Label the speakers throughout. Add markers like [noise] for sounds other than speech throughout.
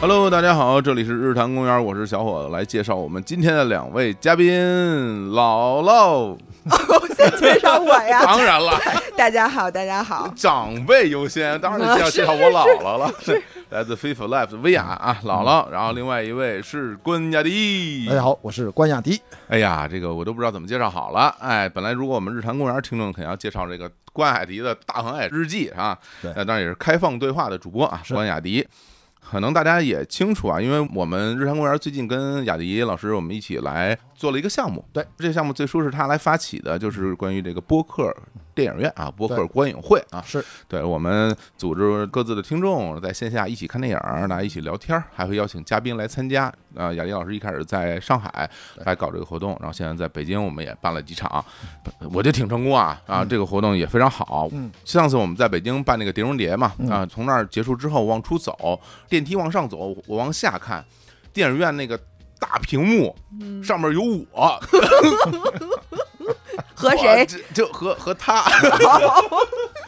Speaker 1: Hello，大家好，这里是日坛公园，我是小伙子，来介绍我们今天的两位嘉宾，姥姥， [laughs]
Speaker 2: 先介绍我呀！
Speaker 1: 当然了，
Speaker 2: 大家好，大家
Speaker 1: [laughs]
Speaker 2: 好，
Speaker 1: 长辈优先，当然得介绍介绍我姥姥 [laughs] 了，来自 FIFA Life 的薇娅啊，姥姥，然后另外一位是关雅迪，
Speaker 3: 大家好，我是关雅迪。
Speaker 1: 哎呀，这个我都不知道怎么介绍好了。哎，本来如果我们日坛公园听众肯定要介绍这个关雅迪的《大航海日记》啊，
Speaker 3: 对
Speaker 1: 那当然也是开放对话的主播啊，
Speaker 3: 是
Speaker 1: 关雅迪。可能大家也清楚啊，因为我们日坛公园最近跟雅迪老师我们一起来做了一个项目，
Speaker 3: 对，
Speaker 1: 这个项目最初是他来发起的，就是关于这个播客电影院啊，播客
Speaker 3: 对
Speaker 1: 观影会啊，
Speaker 3: 是
Speaker 1: 对我们组织各自的听众在线下一起看电影儿，大家一起聊天儿，还会邀请嘉宾来参加。啊、雅迪老师一开始在上海
Speaker 3: 对
Speaker 1: 来搞这个活动，然后现在在北京我们也办了几场，我觉得挺成功啊啊，这个活动也非常好。
Speaker 3: 嗯，
Speaker 1: 上次我们在北京办那个碟中谍嘛，
Speaker 3: 嗯
Speaker 1: 啊，从那儿结束之后往出走，电梯往上走，我往下看，电影院那个大屏幕
Speaker 3: 嗯
Speaker 1: 上面有我，[laughs]
Speaker 2: 和
Speaker 1: 我
Speaker 2: 谁？
Speaker 1: 这就和和
Speaker 3: [laughs]
Speaker 1: 他，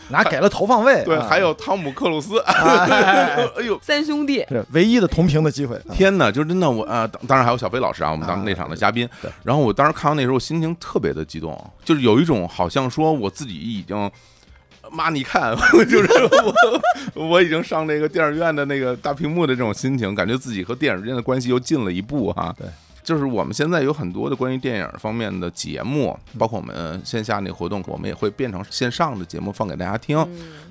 Speaker 3: 哪给了投放位？
Speaker 1: 对，
Speaker 3: 啊
Speaker 1: 还有汤姆克鲁斯， [laughs] 哎呦。
Speaker 2: 三兄弟，
Speaker 3: 是唯一的同屏的机会。啊
Speaker 1: 天哪，就真的我啊，当当然还有小飞老师啊，我们当
Speaker 3: 啊
Speaker 1: 那场的嘉宾
Speaker 3: 对。
Speaker 1: 然后我当时看完那时候，心情特别的激动，就是有一种好像说我自己已经。妈，你看， [laughs] 就是我，我已经上那个电影院的那个大屏幕的这种心情，感觉自己和电影之间的关系又近了一步哈、
Speaker 3: 对，
Speaker 1: 就是我们现在有很多的关于电影方面的节目，
Speaker 3: 嗯
Speaker 1: 包括我们线下那个活动，我们也会变成线上的节目放给大家听。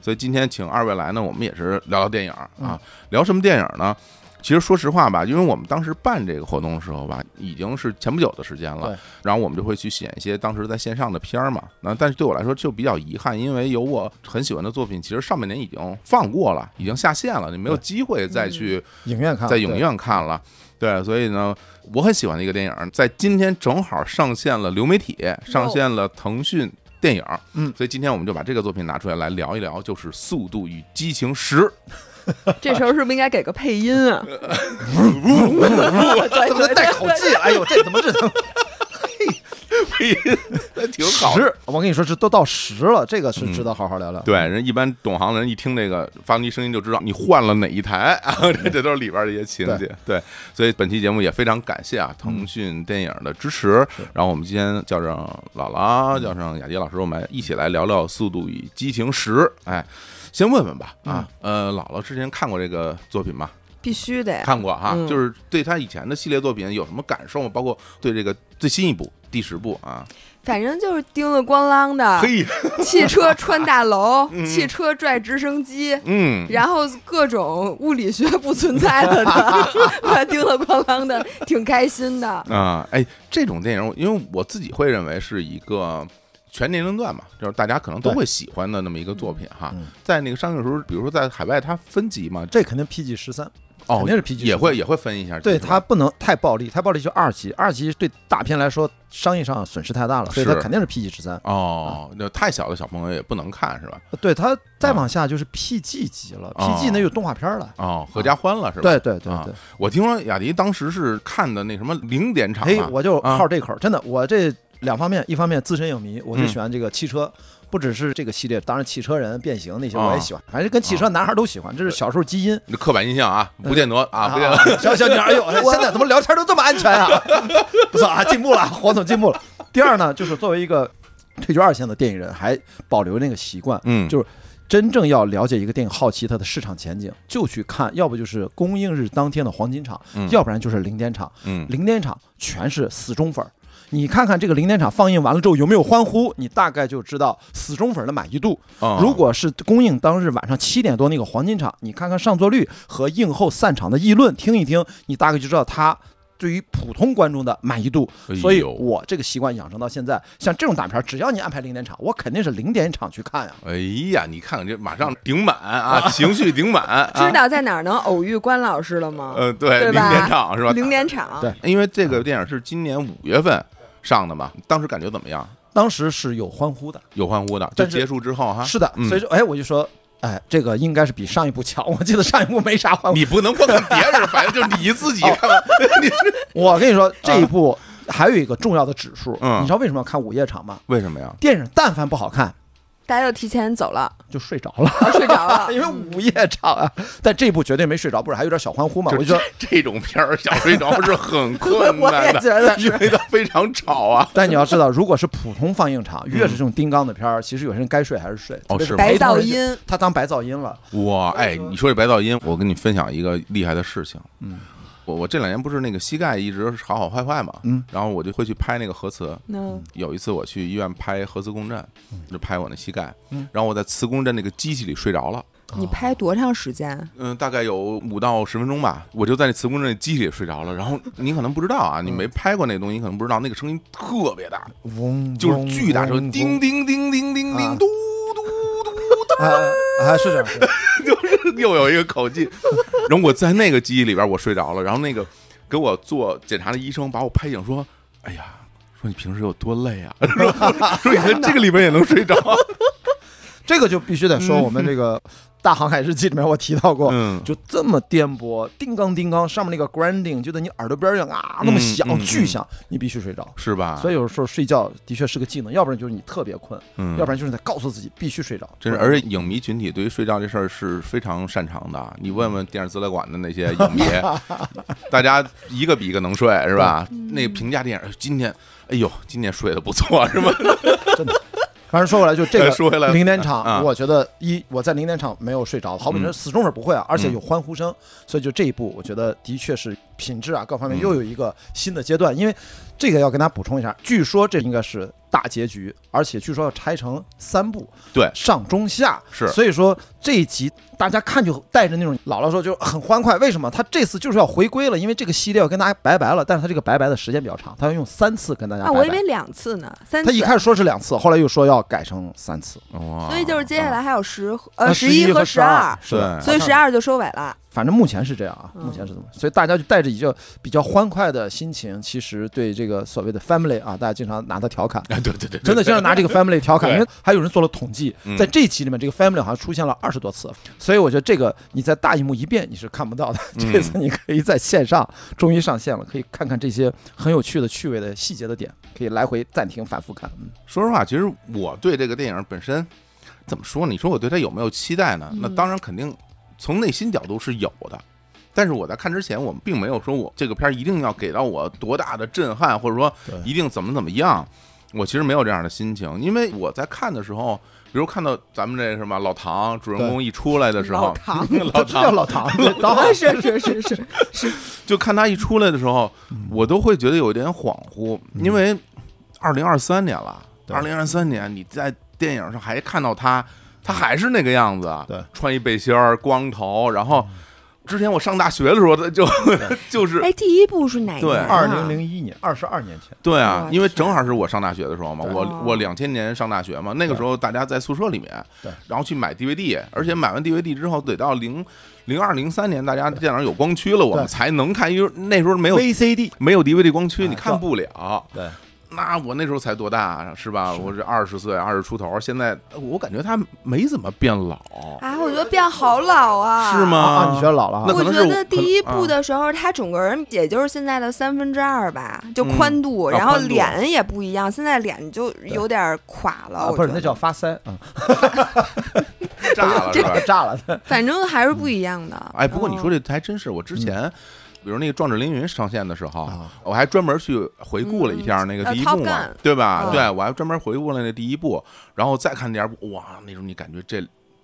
Speaker 1: 所以今天请二位来呢，我们也是聊聊电影啊
Speaker 3: 嗯，
Speaker 1: 聊什么电影呢？其实说实话吧，因为我们当时办这个活动的时候吧，已经是前不久的时间了
Speaker 3: 对，
Speaker 1: 然后我们就会去选一些当时在线上的片儿嘛。那但是对我来说就比较遗憾，因为有我很喜欢的作品，其实上半年已经放过了，已经下线了，你没有
Speaker 3: 对
Speaker 1: 机会再去
Speaker 3: 影院看，
Speaker 1: 在影
Speaker 3: 啊对，
Speaker 1: 院看了。对，所以呢，我很喜欢的一个电影，在今天正好上线了流媒体，上线了腾讯电影。
Speaker 3: 嗯
Speaker 1: 所以今天我们就把这个作品拿出来来聊一聊，就是《速度与激情十》 [laughs]
Speaker 2: 这时候是不是应该给个配音啊？
Speaker 3: 怎么带口技？
Speaker 1: [laughs]
Speaker 3: 哎呦，这怎么这怎么
Speaker 1: 那挺好的。
Speaker 3: 十？我跟你说，这都到十了，这个是值得好好聊聊。
Speaker 1: 嗯对，人一般懂行的人一听这个发动机声音就知道你换了哪一台啊，这这都是里边的一些情节。对所以本期节目也非常感谢啊腾讯电影的支持。然后我们今天叫上姥姥，叫上雅迪老师，我们一起来聊聊《速度与激情十》。哎，先问问吧啊，呃，姥姥之前看过这个作品吗？
Speaker 2: 必须的呀！
Speaker 1: 看过哈，
Speaker 2: 嗯
Speaker 1: 就是对他以前的系列作品有什么感受吗？包括对这个最新一部第十部啊，
Speaker 2: 反正就是叮了咣啷的，
Speaker 1: 嘿，
Speaker 2: 汽车穿大
Speaker 1: [laughs]
Speaker 2: 楼
Speaker 1: 嗯，
Speaker 2: 汽车拽直升机。
Speaker 1: 嗯，
Speaker 2: 然后各种物理学不存在
Speaker 1: [laughs]
Speaker 2: 了的， [laughs] 叮了咣啷的，挺开心的。
Speaker 1: 啊，哎，这种电影，因为我自己会认为是一个全年龄段嘛，就是大家可能都
Speaker 3: 对
Speaker 1: 会喜欢的那么一个作品哈
Speaker 3: 嗯。
Speaker 1: 在那个上映的时候，比如说在海外它分级嘛，
Speaker 3: 这肯定 PG 十三，
Speaker 1: 哦
Speaker 3: 肯，定是 PG，
Speaker 1: 也会
Speaker 3: 13
Speaker 1: 也会分一下级
Speaker 3: 对
Speaker 1: 是吧，
Speaker 3: 它不能太暴力，太暴力就二级，二级对大片来说商业上损失太大了，所以它
Speaker 1: 是
Speaker 3: 肯定是 PG 十三。
Speaker 1: 哦，那太小的小朋友也不能看是吧？
Speaker 3: 对它
Speaker 1: 啊
Speaker 3: 再往下就是 PG 级了
Speaker 1: 哦
Speaker 3: ，PG 那就动画片了。
Speaker 1: 哦，合家欢了是吧？，
Speaker 3: 啊对对对
Speaker 1: 啊
Speaker 3: 对，
Speaker 1: 我听说雅迪当时是看的那什么零点场
Speaker 3: 嘿，
Speaker 1: 嘛，
Speaker 3: 哎我就
Speaker 1: 啊
Speaker 3: 好这口儿，真的，我这两方面，一方面资深影迷，我就
Speaker 1: 嗯
Speaker 3: 喜欢这个汽车。不只是这个系列，当然汽车人、变形那些
Speaker 1: 啊
Speaker 3: 我也喜欢，反正跟汽车男孩都喜欢，这是小时候基因
Speaker 1: 那刻板印象啊，不见得啊，不见得。
Speaker 3: 小小女孩有，
Speaker 1: [laughs]
Speaker 3: 现在怎么聊天都这么安全啊？ [laughs] 不错啊，进步了，黄总进步了。第二呢，就是作为一个退居二线的电影人，还保留那个习惯，
Speaker 1: 嗯，
Speaker 3: 就真正要了解一个电影，好奇它的市场前景，就去看，要不就是公映日当天的黄金场，
Speaker 1: 嗯
Speaker 3: 要不然就是零点场。
Speaker 1: 嗯
Speaker 3: 零点场全是死忠粉儿。你看看这个零点场放映完了之后有没有欢呼，你大概就知道死忠粉儿的满意度。
Speaker 1: 啊
Speaker 3: 如果是公映当日晚上七点多那个黄金场，你看看上座率和映后散场的议论，听一听，你大概就知道它对于普通观众的满意度。
Speaker 1: 哎
Speaker 3: 所以
Speaker 1: 呦
Speaker 3: 我这个习惯养成到现在，像这种大片儿，只要你安排零点场，我肯定是零点场去看呀。
Speaker 1: 哎呀，你看看这马上顶满啊，情绪顶满啊，
Speaker 2: 知道在哪儿能偶遇关老师了吗？
Speaker 1: 呃，对，
Speaker 2: 对
Speaker 1: 零
Speaker 2: 吧
Speaker 1: 点场是吧？
Speaker 2: 零点场，
Speaker 3: 对
Speaker 1: 因为这
Speaker 3: 啊
Speaker 1: 个电影是今年五月份上的嘛，当时感觉怎么样？
Speaker 3: 当时是有欢呼的，
Speaker 1: 有欢呼的，就
Speaker 3: 但是
Speaker 1: 结束之后哈，
Speaker 3: 是的，
Speaker 1: 嗯
Speaker 3: 所以说，哎，我就说，哎，这个应该是比上一部强。我记得上一部没啥欢
Speaker 1: [laughs]
Speaker 3: 呼。
Speaker 1: 你不能光看别人，反正就是你自己
Speaker 3: [laughs] 啊
Speaker 1: 看吧。
Speaker 3: 我跟你说，这一部还有一个重要的指数，
Speaker 1: 啊嗯
Speaker 3: 你知道为什么要看午夜场吗？
Speaker 1: 为什么呀？
Speaker 3: 电影但凡不好看，
Speaker 2: 大家就提前走了，
Speaker 3: 就睡着了，
Speaker 2: 然后睡
Speaker 1: [laughs]
Speaker 2: 着了
Speaker 1: 啊
Speaker 3: [laughs]。
Speaker 1: 哎
Speaker 3: 因为午夜场啊。但这部绝对没睡着，不是还有点小欢呼嘛？
Speaker 1: 就
Speaker 3: 我就
Speaker 1: [laughs]
Speaker 3: 说
Speaker 1: 这，这种片儿想睡着是很困
Speaker 2: 我也
Speaker 1: 难
Speaker 3: [laughs]
Speaker 2: 觉
Speaker 1: 的，
Speaker 2: 得
Speaker 1: 因为它非常吵啊。
Speaker 3: 但你要知道，如果是普通放映场，越是这种叮当的片儿，其实有些人该睡还是睡，
Speaker 1: 哦
Speaker 3: 特别
Speaker 1: 是吗
Speaker 3: 陪同人
Speaker 2: 白噪音
Speaker 3: 他当白噪音了。
Speaker 1: 哇，哎，你说这白噪音，我跟你分享一个厉害的事情。嗯，我我这两年不是那个膝盖一直好好坏坏嘛，
Speaker 3: 嗯，
Speaker 1: 然后我就会去拍那个核磁。
Speaker 2: 嗯，
Speaker 1: 有一次我去医院拍核磁共振，就拍我那膝盖，
Speaker 3: 嗯
Speaker 1: 然后我在磁共振那个机器里睡着了，
Speaker 2: 你拍多长时间？
Speaker 1: 嗯，大概有五到十分钟吧，我就在那磁共振那机器里睡着了。然后你可能不知道啊，
Speaker 3: 嗯
Speaker 1: 你没拍过那东西，你可能不知道，那个声音特别大，
Speaker 3: 嗡，
Speaker 1: 就是巨大声，
Speaker 3: 嗡
Speaker 1: 叮。叮叮叮叮
Speaker 3: 啊
Speaker 1: 叮，嘟嘟嘟 [laughs] 嘟。
Speaker 3: 嗡啊啊，是这样，是这样
Speaker 1: 又有一个口技。然后我在那个记忆里边，我睡着了。然后那个给我做检查的医生把我拍醒，说：“哎呀，说你平时有多累啊？ [laughs] 说说你在这个里边也能
Speaker 3: [laughs]
Speaker 1: 睡着。
Speaker 3: 这个就必须得说我们这个《大航海日记》里面我提到”过，
Speaker 1: 嗯，
Speaker 3: 就这么颠簸，叮当叮当，上面那个 grinding 就在你耳朵边上啊，那么响，
Speaker 1: 嗯嗯嗯啊
Speaker 3: 巨响，你必须睡着。
Speaker 1: 是吧？
Speaker 3: 所
Speaker 1: 以，
Speaker 3: 以有时候睡觉的确是个技能，要不然就是你特别困，
Speaker 1: 嗯，
Speaker 3: 要不然就是你得告诉自己必须睡着。
Speaker 1: 真是，而且影迷群体对于睡觉这事儿是非常擅长的。你问问电影资料馆的那些影
Speaker 3: [laughs]
Speaker 1: 迷，大家一个比一个能睡，是吧？那评价电影，哎今天，哎呦，今天睡得不错，是吧？
Speaker 3: 反正说回来，就这个
Speaker 1: 呃 [laughs] 说回来
Speaker 3: 零点
Speaker 1: 啊
Speaker 3: 场，我觉得一我在零点场没有睡着，好比说
Speaker 1: 嗯
Speaker 3: 死忠粉不会啊，而且有欢呼声，所以就这一部，我觉得的确是品质啊各方面
Speaker 1: 嗯
Speaker 3: 又有一个新的阶段。因为这个要跟大家补充一下，据说这应该是大结局，而且据说要拆成三部，
Speaker 1: 对
Speaker 3: 上中下
Speaker 1: 是
Speaker 3: 所以说这一集大家看就带着那种姥姥说就很欢快，为什么？他这次就是要回归了，因为这个系列要跟大家拜拜了，但是他这个拜拜的时间比较长，他要用三次跟大家
Speaker 2: 啊，
Speaker 3: 拜
Speaker 2: 我以
Speaker 3: 拜
Speaker 2: 为。两次呢，三次。
Speaker 3: 他一开始说是两次，后来又说要改成三次。
Speaker 1: 哇
Speaker 2: 所以就是接下来还有十
Speaker 3: 啊
Speaker 2: 呃十一和
Speaker 3: 十
Speaker 2: 二，
Speaker 3: 是的
Speaker 1: 对
Speaker 2: 所以十，二就收尾了。
Speaker 3: 反正目前是这样啊，
Speaker 2: 嗯
Speaker 3: 目前是这么，所以大家就带着一个比较欢快的心情，其实对这个所谓的 family 啊，大家经常拿它调侃。
Speaker 1: 啊，对对对，
Speaker 3: 真的经常 [laughs] 拿这个 family 调侃，
Speaker 1: 对
Speaker 3: 因为还有人做了统计
Speaker 1: 嗯，
Speaker 3: 在这一期里面，这个 family 好像出现了二十多次，所以我觉得这个你在大荧幕一遍你是看不到的，
Speaker 1: 嗯
Speaker 3: 这次你可以在线上终于上线了，可以看看这些很有趣的、趣味的细节的点，可以来回暂停、反复看。 [laughs] 嗯
Speaker 1: 说实话，其实我对这个电影本身怎么说呢？你说我对它有没有期待呢？那
Speaker 2: 嗯
Speaker 1: 当然肯定从内心角度是有的。但是我在看之前，我并没有说我这个片儿一定要给到我多大的震撼，或者说
Speaker 3: 对
Speaker 1: 一定怎么怎么样。我其实没有这样的心情，因为我在看的时候，比如看到咱们这什么老唐主人公一出来的时候， [laughs]
Speaker 2: 唐
Speaker 1: 老
Speaker 3: 这叫
Speaker 1: 唐
Speaker 3: 老唐，对老唐
Speaker 2: 是是是是，
Speaker 1: 就看他一出来的时候，
Speaker 3: 嗯
Speaker 1: 我都会觉得有点恍惚，因为二零二三年了，
Speaker 3: 对
Speaker 1: 二零二三年你在电影上还看到他，他还是那个样子，啊
Speaker 3: 对，嗯
Speaker 1: 穿一背心儿，光头，然后之前我上大学的时候，他就 [laughs] 就是
Speaker 2: 哎，第一部是哪一
Speaker 1: 对
Speaker 2: 年啊？
Speaker 3: [laughs] 二零零一年，二十二年前，
Speaker 1: 对啊
Speaker 2: 哇，
Speaker 1: 因为正好是我上大学的时候嘛，
Speaker 3: 对
Speaker 1: 我
Speaker 2: 哦
Speaker 1: 我两千年上大学嘛，那个时候大家在宿舍里面，
Speaker 3: 对
Speaker 1: 然后去买 DVD，而且买完 DVD 之后得到零零二零三年，大家电脑有光驱了，我们
Speaker 3: 对
Speaker 1: 才能看，因为那时候没有
Speaker 3: VCD，
Speaker 1: 没有 DVD 光驱，
Speaker 3: 哎
Speaker 1: 你看不了。
Speaker 3: 对，
Speaker 1: 那我那时候才多大啊是吧？
Speaker 3: 是
Speaker 1: 我这二十岁，二十出头，现在呃我感觉他没怎么变老，
Speaker 2: 啊，我觉得变好老啊，
Speaker 1: 是？吗？
Speaker 3: 啊，你觉得老了啊
Speaker 1: 那？可
Speaker 2: 我
Speaker 1: 能
Speaker 2: 觉
Speaker 1: 是
Speaker 2: 得
Speaker 1: 我
Speaker 2: 第一
Speaker 1: 可能啊
Speaker 2: 部的时候，他整个人也就是现在的三分之二吧，就宽度，
Speaker 1: 啊
Speaker 2: 然后
Speaker 1: 宽度
Speaker 2: 脸也不一样，现在脸就有点垮了。
Speaker 3: 啊，
Speaker 2: 我
Speaker 3: 不是，
Speaker 2: 觉
Speaker 3: 那
Speaker 2: 得
Speaker 3: 叫发腮啊，
Speaker 1: 炸了是吧？
Speaker 3: 炸了。
Speaker 2: 反正还是不一样的。
Speaker 1: 哎，不过你
Speaker 2: 嗯
Speaker 1: 说这还真是，我之前。比如那个《壮志凌云》上线的时候
Speaker 3: 啊，
Speaker 1: 我还专门去回顾了一下那个
Speaker 2: 呃
Speaker 1: 第一部
Speaker 2: Top
Speaker 1: 嘛
Speaker 2: Gun，
Speaker 1: 对吧？
Speaker 2: 嗯
Speaker 1: 对，我还专门回顾了那第一部，然后再看第二部，哇，那时候你感觉这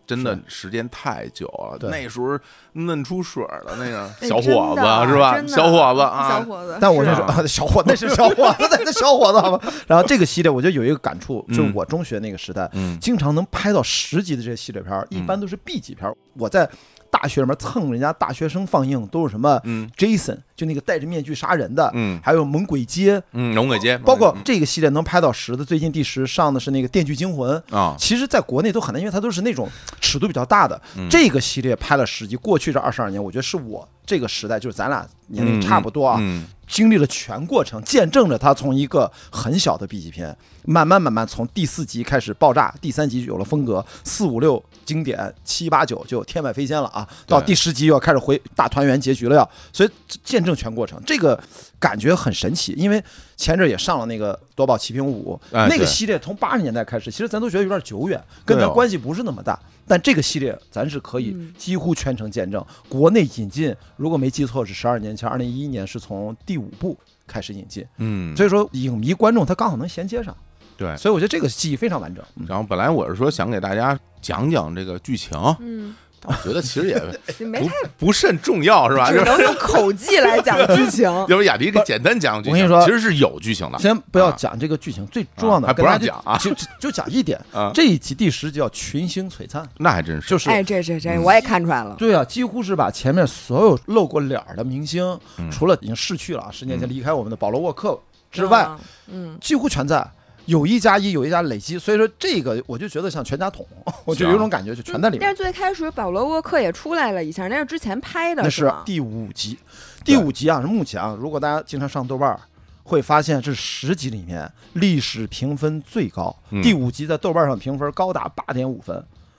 Speaker 1: 真的时间太久了，
Speaker 3: 对
Speaker 1: 那时候嫩出水儿了，那个
Speaker 2: 哎
Speaker 1: 小伙
Speaker 2: 真的
Speaker 1: 子是吧？
Speaker 2: 真的
Speaker 1: 小伙子啊，
Speaker 2: 小伙子，
Speaker 3: 但我
Speaker 2: 是
Speaker 3: 那时候、啊、小伙，那是小伙子，那是小伙子好 [laughs] 吧？然后这个系列，我觉得有一个感触，就是
Speaker 1: 嗯
Speaker 3: 我中学那个时代，
Speaker 1: 嗯
Speaker 3: 经常能拍到十集的这些系列片儿，一般都是 B 级片儿。我在大学里面蹭人家大学生放映，都是什么
Speaker 1: 嗯
Speaker 3: Jason，就那个戴着面具杀人的，
Speaker 1: 嗯
Speaker 3: 还有猛鬼街，
Speaker 1: 嗯，龙鬼街，
Speaker 3: 包括这个系列能拍到十的，最近第十上的是那个《电锯惊魂》
Speaker 1: 啊，
Speaker 3: 其实，在国内都很难，因为它都是那种尺度比较大的。
Speaker 1: 嗯
Speaker 3: 这个系列拍了十集，过去这二十二年，我觉得是我这个时代，就是咱俩年龄差不多啊，
Speaker 1: 嗯
Speaker 3: 经历了全过程，见证着它从一个很小的 B 级片，慢慢慢慢从第四集开始爆炸，第三集有了风格，四五六经典，七八九就天外飞仙了啊！到
Speaker 1: 对
Speaker 3: 第十集又要开始回大团圆结局了要，所以见证全过程，这个感觉很神奇，因为前阵也上了那个夺宝奇兵五，
Speaker 1: 哎
Speaker 3: 那
Speaker 1: 对
Speaker 3: 个系列从八十年代开始，其实咱都觉得有点久远，跟咱
Speaker 1: 对哦
Speaker 3: 关系不是那么大。但这个系列咱是可以
Speaker 2: 嗯
Speaker 3: 几乎全程见证。国内引进，如果没记错是十二年前，二零一一年是从第五部开始引进，
Speaker 1: 嗯，哎
Speaker 3: 所以说影迷观众他刚好能衔接上，
Speaker 1: 对。
Speaker 3: 所以我觉得这个记忆非常完整。嗯
Speaker 1: 然后本来我是说想给大家讲讲这个剧 [laughs] 情，
Speaker 3: [laughs]
Speaker 2: 嗯，
Speaker 1: 但我觉得其实也
Speaker 2: 没
Speaker 1: 不不甚重要，是
Speaker 3: 啊
Speaker 1: 吧？
Speaker 2: 只
Speaker 1: 就是
Speaker 2: 能用口技来讲剧
Speaker 3: [laughs]
Speaker 2: 情。
Speaker 1: 要不雅迪给简单讲讲剧情，
Speaker 3: 我跟你说
Speaker 1: 其实是有剧情的。
Speaker 3: 先不要
Speaker 1: 啊
Speaker 3: 讲这个剧情，最重要的
Speaker 1: 还不
Speaker 3: 跟大
Speaker 1: 让
Speaker 3: 家
Speaker 1: 讲啊
Speaker 3: 就就就讲一点
Speaker 1: 啊，
Speaker 3: 这一集第十集叫群星璀璨，
Speaker 1: 那还真是，
Speaker 3: 就是嗯
Speaker 2: 哎，这这这，我也看出来了。
Speaker 3: 对啊，几乎是把前面所有露过脸儿的明星，
Speaker 1: 嗯
Speaker 3: 除了已经逝去了啊，十年前离开我们的保罗沃克之外，
Speaker 2: 啊，嗯，
Speaker 3: 几乎全在。有一加一，有一加累积，所以说这个我就觉得像全家桶， [laughs] 我
Speaker 1: 啊
Speaker 3: 就有种感觉，就全在里
Speaker 2: 但
Speaker 3: 面。
Speaker 2: 是最开始保罗沃克也出来了一下，那是之前拍的，
Speaker 3: 那
Speaker 2: 是
Speaker 3: 是
Speaker 2: 吗？
Speaker 3: 第五集，
Speaker 1: 对
Speaker 3: 第五集啊，是目前啊，如果大家经常上豆瓣儿，会发现这十集里面历史评分最高，
Speaker 1: 嗯
Speaker 3: 第五集在豆瓣上评分高达八点五分，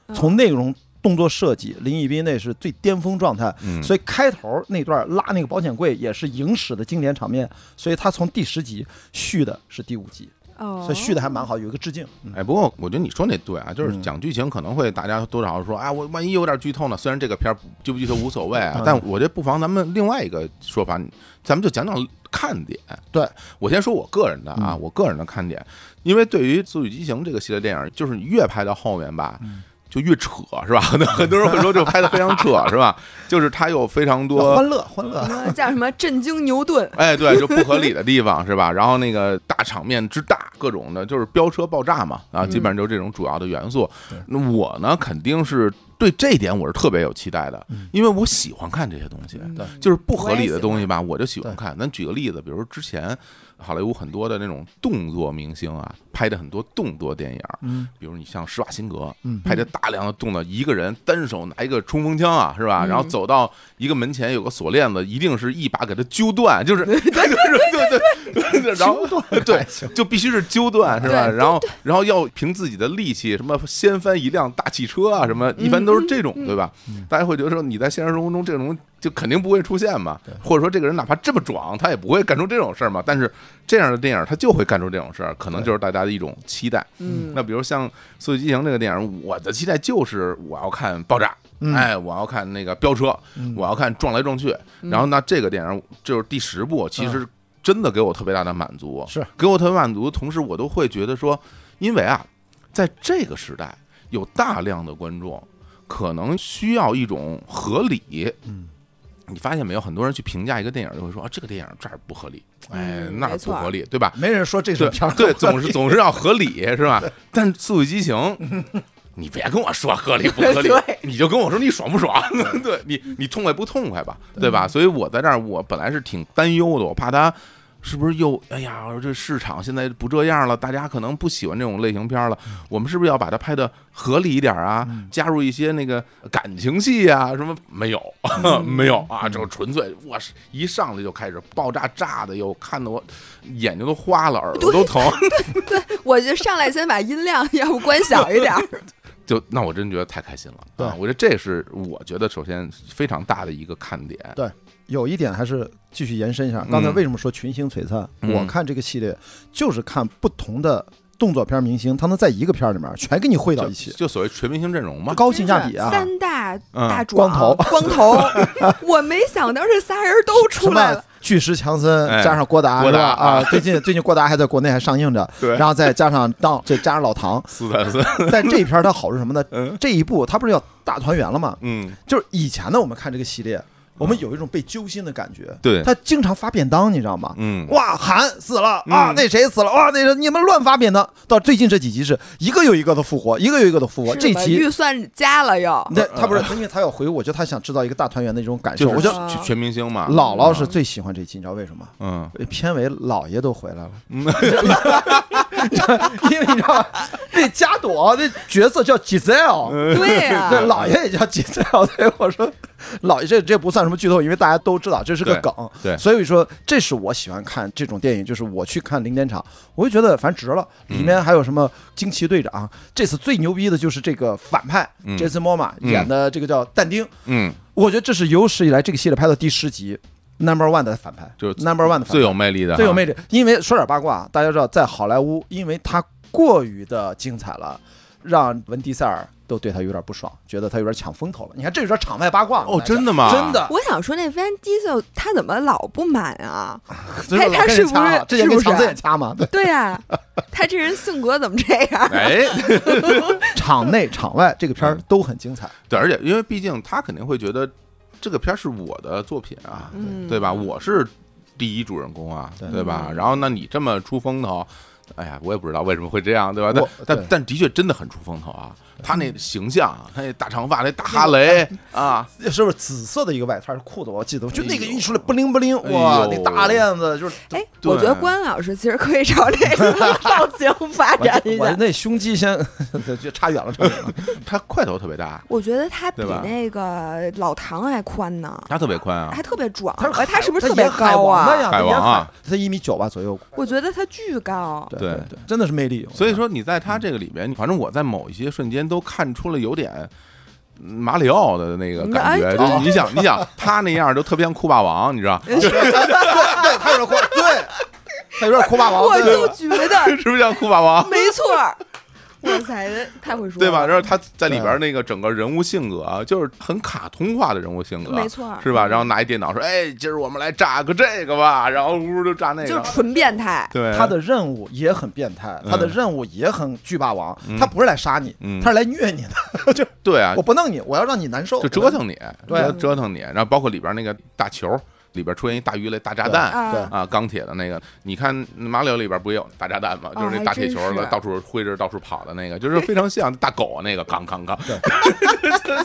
Speaker 2: 嗯
Speaker 3: 从内容、动作设计，林奕斌那是最巅峰状态。
Speaker 1: 嗯，
Speaker 3: 所以开头那段拉那个保险柜也是影史的经典场面，所以他从第十集续的是第五集，
Speaker 2: 哦，
Speaker 3: 所以续的还蛮好，有一个致敬。嗯
Speaker 1: 哎，不过我觉得你说那对啊，就是
Speaker 3: 嗯
Speaker 1: 讲剧情可能会大家多少说，哎，我万一有点剧透呢？虽然这个片儿不剧不剧透无所谓啊
Speaker 3: 嗯，
Speaker 1: 但我觉得不妨咱们另外一个说法，咱们就讲讲看点。
Speaker 3: 对
Speaker 1: 我先说我个人的啊，
Speaker 3: 嗯
Speaker 1: 我个人的看点，因为对于《速度与激情》这个系列电影，就是你越拍到后面吧。
Speaker 3: 嗯
Speaker 1: 就越扯是吧？ [laughs] 很多很多人会说就拍的非常
Speaker 3: [laughs]
Speaker 1: 扯是吧？就是它有非常多
Speaker 3: 欢乐欢乐，
Speaker 2: 呃叫什么震惊牛顿，
Speaker 1: 哎，对，就不合理的地方是吧？然后那个大场面之大，各种的，就是飙车爆炸嘛，啊，基本上
Speaker 3: 嗯
Speaker 1: 就是这种主要的元素。那我呢，肯定是对这一点我是特别有期待的，因为我喜欢看这些东西，
Speaker 3: 嗯对
Speaker 1: 就是不合理的东西吧，我就喜欢
Speaker 3: 对
Speaker 1: 看。咱举个例子，比如说之前好莱坞很多的那种动作明星啊，拍的很多动作电影，
Speaker 3: 嗯，
Speaker 1: 比如你像施瓦辛格，
Speaker 3: 嗯
Speaker 1: 拍着大量的动作，一个人单手拿一个冲锋枪啊，是吧？
Speaker 2: 嗯
Speaker 1: 然后走到一个门前有个锁链子，一定是一把给他揪断，
Speaker 2: [laughs]
Speaker 1: 就是对对对对，然后对，就必须是揪断，是吧？
Speaker 2: 对
Speaker 1: 然后然后要凭自己的力气，什么掀翻一辆大汽车啊，什么
Speaker 2: 嗯
Speaker 1: 一般都是这种，对吧？大家会觉得说你在现实生活中这种就肯定不会出现嘛，或者说这个人哪怕这么壮，他也不会干出这种事儿嘛。但是这样的电影他就会干出这种事儿，可能就是大家的一种期待。
Speaker 2: 嗯，
Speaker 1: 那比如像《速度与激情》这个电影，我的期待就是我要看爆炸，
Speaker 3: 嗯
Speaker 1: 哎，我要看那个飙车，我要看撞来撞去。
Speaker 2: 嗯
Speaker 1: 然后那这个电影就是第十部，其实真的给我特别大的满足，
Speaker 3: 嗯是
Speaker 1: 给我特别满足。同时，我都会觉得说，因为啊，在这个时代有大量的观众可能需要一种合理，
Speaker 3: 嗯。
Speaker 1: 你发现没有？很多人去评价一个电影，就会说啊，这个电影这儿不合理，哎，
Speaker 2: 嗯
Speaker 1: 那儿
Speaker 2: 没
Speaker 1: 不
Speaker 2: 错
Speaker 1: 合理，对吧？
Speaker 3: 没人说这是
Speaker 1: 对
Speaker 3: 片儿
Speaker 1: 对，总是总是要合理，是
Speaker 3: [laughs]
Speaker 1: 吧？但《速度与激情》，你别跟我说合理不合理
Speaker 2: 对，
Speaker 1: 你就跟我说你爽不爽， [laughs] 对你你痛快不痛快吧，对
Speaker 3: 嗯
Speaker 1: 吧？所以我在这儿，我本来是挺担忧的，我怕他。是不是又哎呀？这市场现在不这样了，大家可能不喜欢这种类型片了。我们是不是要把它拍的合理一点啊？
Speaker 3: 嗯
Speaker 1: 加入一些那个感情戏啊？什么没有？
Speaker 3: 嗯
Speaker 1: [laughs] 没有啊？就纯粹我是一上来就开始爆炸炸的，又看得我眼睛都花了，耳朵都疼。 [laughs]
Speaker 2: 我就上来先把音量要不关小一点儿，
Speaker 1: 就那我真觉得太开心了，
Speaker 3: 对
Speaker 1: 啊我觉得这是我觉得首先非常大的一个看点，
Speaker 3: 有一点还是继续延伸一下，刚才
Speaker 1: 嗯
Speaker 3: 为什么说群星璀璨？
Speaker 1: 嗯
Speaker 3: 我看这个系列就是看不同的动作片明星，他能在一个片儿里面全给你汇到
Speaker 1: 就
Speaker 3: 一起，
Speaker 1: 就所谓全明星阵容嘛，
Speaker 3: [laughs] 高性价比啊！
Speaker 2: 三大
Speaker 1: 嗯
Speaker 2: 大壮
Speaker 3: 光头
Speaker 2: 光头，
Speaker 3: [laughs]
Speaker 2: 我没想到这仨人都出来了，
Speaker 3: 什么巨石强森
Speaker 1: 哎
Speaker 3: 加上郭达，
Speaker 1: 郭达
Speaker 3: 是吧？
Speaker 1: 啊
Speaker 3: 啊，最近最近郭达还在国内还上映着，
Speaker 1: [laughs] 对，
Speaker 3: 然后再加上当再加上老
Speaker 1: [laughs]
Speaker 3: 唐
Speaker 1: 斯
Speaker 3: [laughs]
Speaker 1: 坦森，
Speaker 3: 但这一片儿它好是什么呢
Speaker 1: 嗯？
Speaker 3: 这一部它不是要大团圆了吗？
Speaker 1: 嗯，
Speaker 3: 就是以前呢，我们看这个系列，我们有一种被揪心的感觉，
Speaker 1: 对，
Speaker 3: 他经常发便当，你知道吗？
Speaker 1: 嗯，
Speaker 3: 哇，韩死了
Speaker 1: 嗯
Speaker 3: 啊！那谁死了？哇，那个你们乱发便当。到最近这几集是一个又一个的复活，一个又一个的复活。
Speaker 2: 是
Speaker 3: 这
Speaker 2: 吧
Speaker 3: 集
Speaker 2: 预算加了又，
Speaker 3: [laughs] 那他不是，因为他要回顾，我觉得他想制造一个大团圆的这种感受。
Speaker 1: 嗯就是
Speaker 3: 我觉得
Speaker 1: 全全明星嘛，
Speaker 3: 姥姥是最喜欢这集，你知道为什么？
Speaker 1: 嗯，
Speaker 3: 片尾姥爷都回来了， [laughs] 因为你知道吧那加朵那角色叫
Speaker 1: 嗯
Speaker 3: Giselle，
Speaker 2: 对
Speaker 1: 啊
Speaker 2: 啊呀，
Speaker 3: 对，姥爷也叫 Giselle，所以我说姥爷这这不算什么剧透，因为大家都知道这是个
Speaker 1: 对
Speaker 3: 梗。
Speaker 1: 对
Speaker 3: 所以说这是我喜欢看这种电影，就是我去看零点场，我就觉得反正值了。里
Speaker 1: 嗯
Speaker 3: 面还有什么惊奇队长，这次最牛逼的就是这个反派、
Speaker 1: 嗯
Speaker 3: Jason Momoa 演的这个叫但丁，
Speaker 1: 嗯，
Speaker 3: 我觉得这是有史以来这个系列拍到第十集。 number one 的反派，
Speaker 1: 就是
Speaker 3: number one 的反
Speaker 1: 最
Speaker 3: 派
Speaker 1: 有魅力的，
Speaker 3: 最有魅力。因为说点八卦，大家知道，在好莱坞，因为他过于的精彩了，让文迪塞尔都对他有点不爽，觉得他有点抢风头了。你看，这有点场外八卦
Speaker 1: 哦，真的吗？
Speaker 3: 真的，
Speaker 2: 我想说，那 Van Diesel 他怎么老不满
Speaker 3: [laughs]
Speaker 2: 啊？
Speaker 3: 真的
Speaker 2: 他
Speaker 3: 老跟人
Speaker 2: 是不是
Speaker 3: 掐嘛之前
Speaker 2: 是
Speaker 3: 跟
Speaker 2: 不是
Speaker 3: 强子也掐嘛？对，
Speaker 2: 对啊，他这人性格怎么这样？
Speaker 1: 哎，
Speaker 3: 场内场外这个片儿都很精彩。
Speaker 1: 对，而且因为毕竟他肯定会觉得这个片儿是我的作品啊，
Speaker 2: 嗯，
Speaker 1: 对吧？我是第一主人公啊，
Speaker 3: 对
Speaker 1: 对吧？
Speaker 2: 嗯
Speaker 1: 然后那你这么出风头，哎呀，我也不知道为什么会这样，对吧？但
Speaker 3: 我对
Speaker 1: 但但的确真的很出风头啊！他那形象，啊他那大长发，那大哈雷啊，
Speaker 3: 是不是紫色的一个外套是裤子？我记得，就那个
Speaker 1: 哎呦
Speaker 3: 一出来不灵不灵，
Speaker 1: 哎
Speaker 3: 哇，
Speaker 1: 呦
Speaker 3: 那大链子就是。
Speaker 2: 哎，
Speaker 1: 对
Speaker 2: 我觉得关老师其实可以朝这个造
Speaker 3: [laughs]
Speaker 2: 型发
Speaker 3: 我
Speaker 2: 展一
Speaker 3: 我
Speaker 2: 下。
Speaker 3: 那胸肌先就差远了，差远了。
Speaker 1: 他块头特别大，
Speaker 2: 我觉得他比
Speaker 1: 对吧
Speaker 2: 那个老唐还宽呢，
Speaker 1: 他特别宽啊
Speaker 2: 还，特别壮。
Speaker 3: 他是
Speaker 2: 哎他是不是特
Speaker 3: 他
Speaker 2: 别
Speaker 3: 演海
Speaker 2: 高
Speaker 3: 王的呀
Speaker 2: 啊？
Speaker 1: 海王啊，
Speaker 3: 他演海他一米九吧左右。
Speaker 2: 我觉得他巨高。
Speaker 3: 对
Speaker 1: 对
Speaker 3: 对，真的是魅力。
Speaker 1: 所以说你在他这个里面，反正我在某一些瞬间都看出了有点。嗯马里奥的那个感觉，
Speaker 2: 哎
Speaker 1: 就
Speaker 2: 对哎
Speaker 1: 是你想，你想他那样就特别像酷霸王，你知道，
Speaker 3: 对，他有点酷，对，他有点酷霸王。
Speaker 2: 我
Speaker 3: 对
Speaker 2: 就觉得
Speaker 1: [laughs]
Speaker 3: [laughs]
Speaker 1: 是不是像酷霸王？
Speaker 2: 没错儿，哇塞，太会说了，
Speaker 1: 对吧？然后他在里边那个整个人物性格啊，就是很卡通化的人物性格，啊
Speaker 2: 没错儿
Speaker 1: 是吧？然后拿一电脑说：“哎，今儿我们来炸个这个吧。”然后呜就炸那
Speaker 2: 就是
Speaker 1: 个，
Speaker 2: 纯变态。
Speaker 1: 对，
Speaker 3: 他的任务也很变态，
Speaker 1: 哎嗯
Speaker 3: 他的任务也很巨霸王
Speaker 1: 嗯，
Speaker 3: 他不是来杀你
Speaker 1: 嗯，
Speaker 3: 他是来虐你的，就
Speaker 1: 对啊
Speaker 3: 我，不弄你，我要让你难受，
Speaker 1: 就折腾你，
Speaker 3: 对
Speaker 1: 折折腾你。然后包括里边那个大球，里边出现一大鱼雷、大炸弹。
Speaker 2: 啊
Speaker 3: 对
Speaker 1: 啊，钢铁的那个，你看马里奥里边不也有大炸弹吗？
Speaker 2: 哦
Speaker 1: 就是那大铁球
Speaker 2: 还真是
Speaker 1: 到处挥着、到处跑的那个，就是非常像大狗啊那个，扛扛扛。
Speaker 3: 对。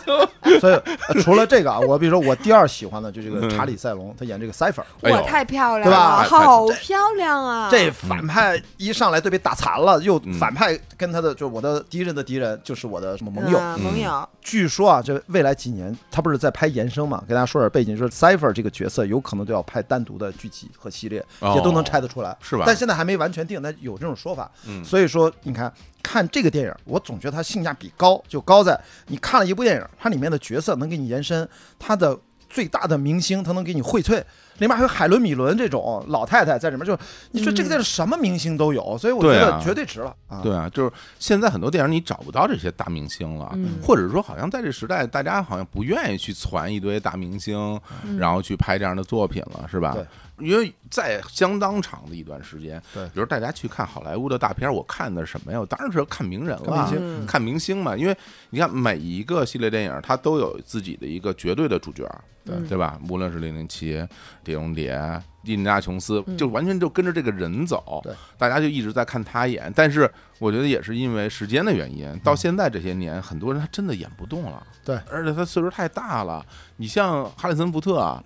Speaker 3: 所以呃除了这个啊，我比如说我第二喜欢的就这个
Speaker 1: 嗯
Speaker 3: 查理塞隆，他演这个 Cipher，
Speaker 1: 哎呦
Speaker 2: 哇，太漂亮
Speaker 3: 对吧
Speaker 2: 了，
Speaker 1: 太
Speaker 2: 好漂亮啊！
Speaker 3: 这反派一上来就被打残了，又
Speaker 1: 嗯
Speaker 3: 反派跟他的就是我的敌人的敌人就是我的什么盟友，
Speaker 2: 嗯盟友，
Speaker 3: 据说啊，这未来几年他不是在拍延伸嘛？给大家说点背景，就是 Cipher 这个角色有可能都要拍单独的剧集和系列，
Speaker 1: 哦
Speaker 3: 也都能拆得出来，
Speaker 1: 是吧
Speaker 3: 但现在还没完全定，但有这种说法。
Speaker 1: 嗯
Speaker 3: 所以说，你看看这个电影，我总觉得它性价比高，就高在你看了一部电影，它里面的角色能给你延伸，它的最大的明星他能给你荟萃，里面还有海伦米伦这种老太太在里面，就你说这个电影什么明星都有，所以我觉
Speaker 1: 对
Speaker 3: 得
Speaker 1: 啊
Speaker 3: 绝对值了啊！
Speaker 1: 对啊，就是现在很多电影你找不到这些大明星了，
Speaker 2: 嗯
Speaker 1: 或者说好像在这时代，大家好像不愿意去攒一堆大明星，
Speaker 2: 嗯
Speaker 1: 然后去拍这样的作品了，是吧？
Speaker 3: 对
Speaker 1: 因为在相当长的一段时间，
Speaker 3: 对
Speaker 1: 比如大家去看好莱坞的大片儿，我看的什么呀？我当然是看名人了，
Speaker 3: 看明星
Speaker 2: 嗯
Speaker 1: 看明星嘛。因为你看每一个系列电影，它都有自己的一个绝对的主角，
Speaker 2: 对
Speaker 1: 对吧？无论是零零七、碟中谍、印第安琼斯，
Speaker 2: 嗯
Speaker 1: 就完全就跟着这个人走，
Speaker 3: 对
Speaker 1: 大家就一直在看他演。但是我觉得也是因为时间的原因，到现在这些年，很多人他真的演不动了，
Speaker 3: 对，
Speaker 1: 而且他岁数太大了。你像哈里森福特啊，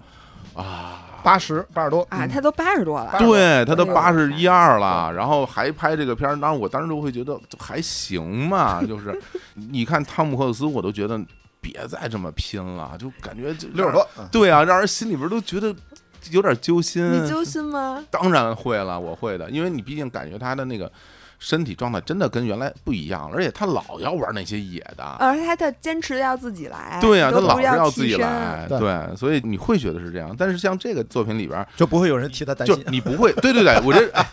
Speaker 3: 八十八十多
Speaker 2: 啊，
Speaker 3: 嗯
Speaker 2: 他都八十多了，
Speaker 1: 对他都
Speaker 2: 哎呦
Speaker 1: 八十一二了，然后还拍这个片儿，当然我当时就会觉得还行嘛，就是你看汤姆克鲁斯，我都觉得别再这么拼了，就感觉就
Speaker 3: 六十，多，嗯
Speaker 1: 对啊，让人心里边都觉得有点揪心。
Speaker 3: 嗯
Speaker 2: 你揪心吗？
Speaker 1: 当然会了，我会的，因为你毕竟感觉他的那个身体状态真的跟原来不一样了，而且他老要玩那些野的。
Speaker 2: 而他他坚持要自己来，
Speaker 1: 啊对呀、
Speaker 2: 啊都
Speaker 1: 他老
Speaker 2: 不
Speaker 1: 是要
Speaker 2: 要
Speaker 1: 自己
Speaker 2: 替身，
Speaker 1: 来，
Speaker 3: 对
Speaker 1: 对，所以你会觉得是这样。但是像这个作品里边，
Speaker 3: 就不会有人替他担
Speaker 1: 就
Speaker 3: 心。
Speaker 1: 你不会，对啊对对，我这、哎、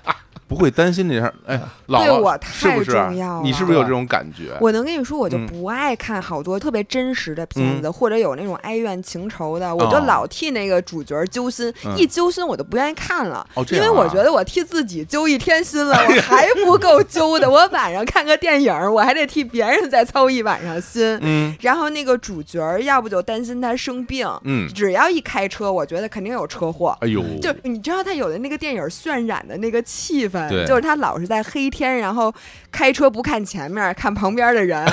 Speaker 1: 不会担心这事儿。哎，老
Speaker 2: 对
Speaker 1: 了
Speaker 2: 我
Speaker 1: 是不
Speaker 2: 太
Speaker 1: 是
Speaker 2: 重要
Speaker 1: 你是不是有这种感觉？
Speaker 2: 我能跟你说，我就
Speaker 1: 嗯
Speaker 2: 不爱看好多特别真实的片子，或者有那种哀怨情仇的，我就老替那个主角揪心，
Speaker 1: 哦嗯
Speaker 2: 一揪心我就不愿意看了，
Speaker 1: 哦这
Speaker 2: 因
Speaker 1: 样啊
Speaker 2: 为我觉得我替自己揪一天
Speaker 1: [laughs]
Speaker 2: 心了，我还不够揪的，我晚上看个电影，我还得替别人再操一晚上心。
Speaker 1: 嗯
Speaker 2: 然后那个主角儿要不就担心他生病，
Speaker 1: 嗯，
Speaker 2: 只要一开车，我觉得肯定有车祸。
Speaker 1: 哎呦，
Speaker 2: 嗯就你知道他有的那个电影渲染的那个气
Speaker 1: 对
Speaker 2: 氛，就是他老是在黑天，然后开车不看前面，看旁边的人，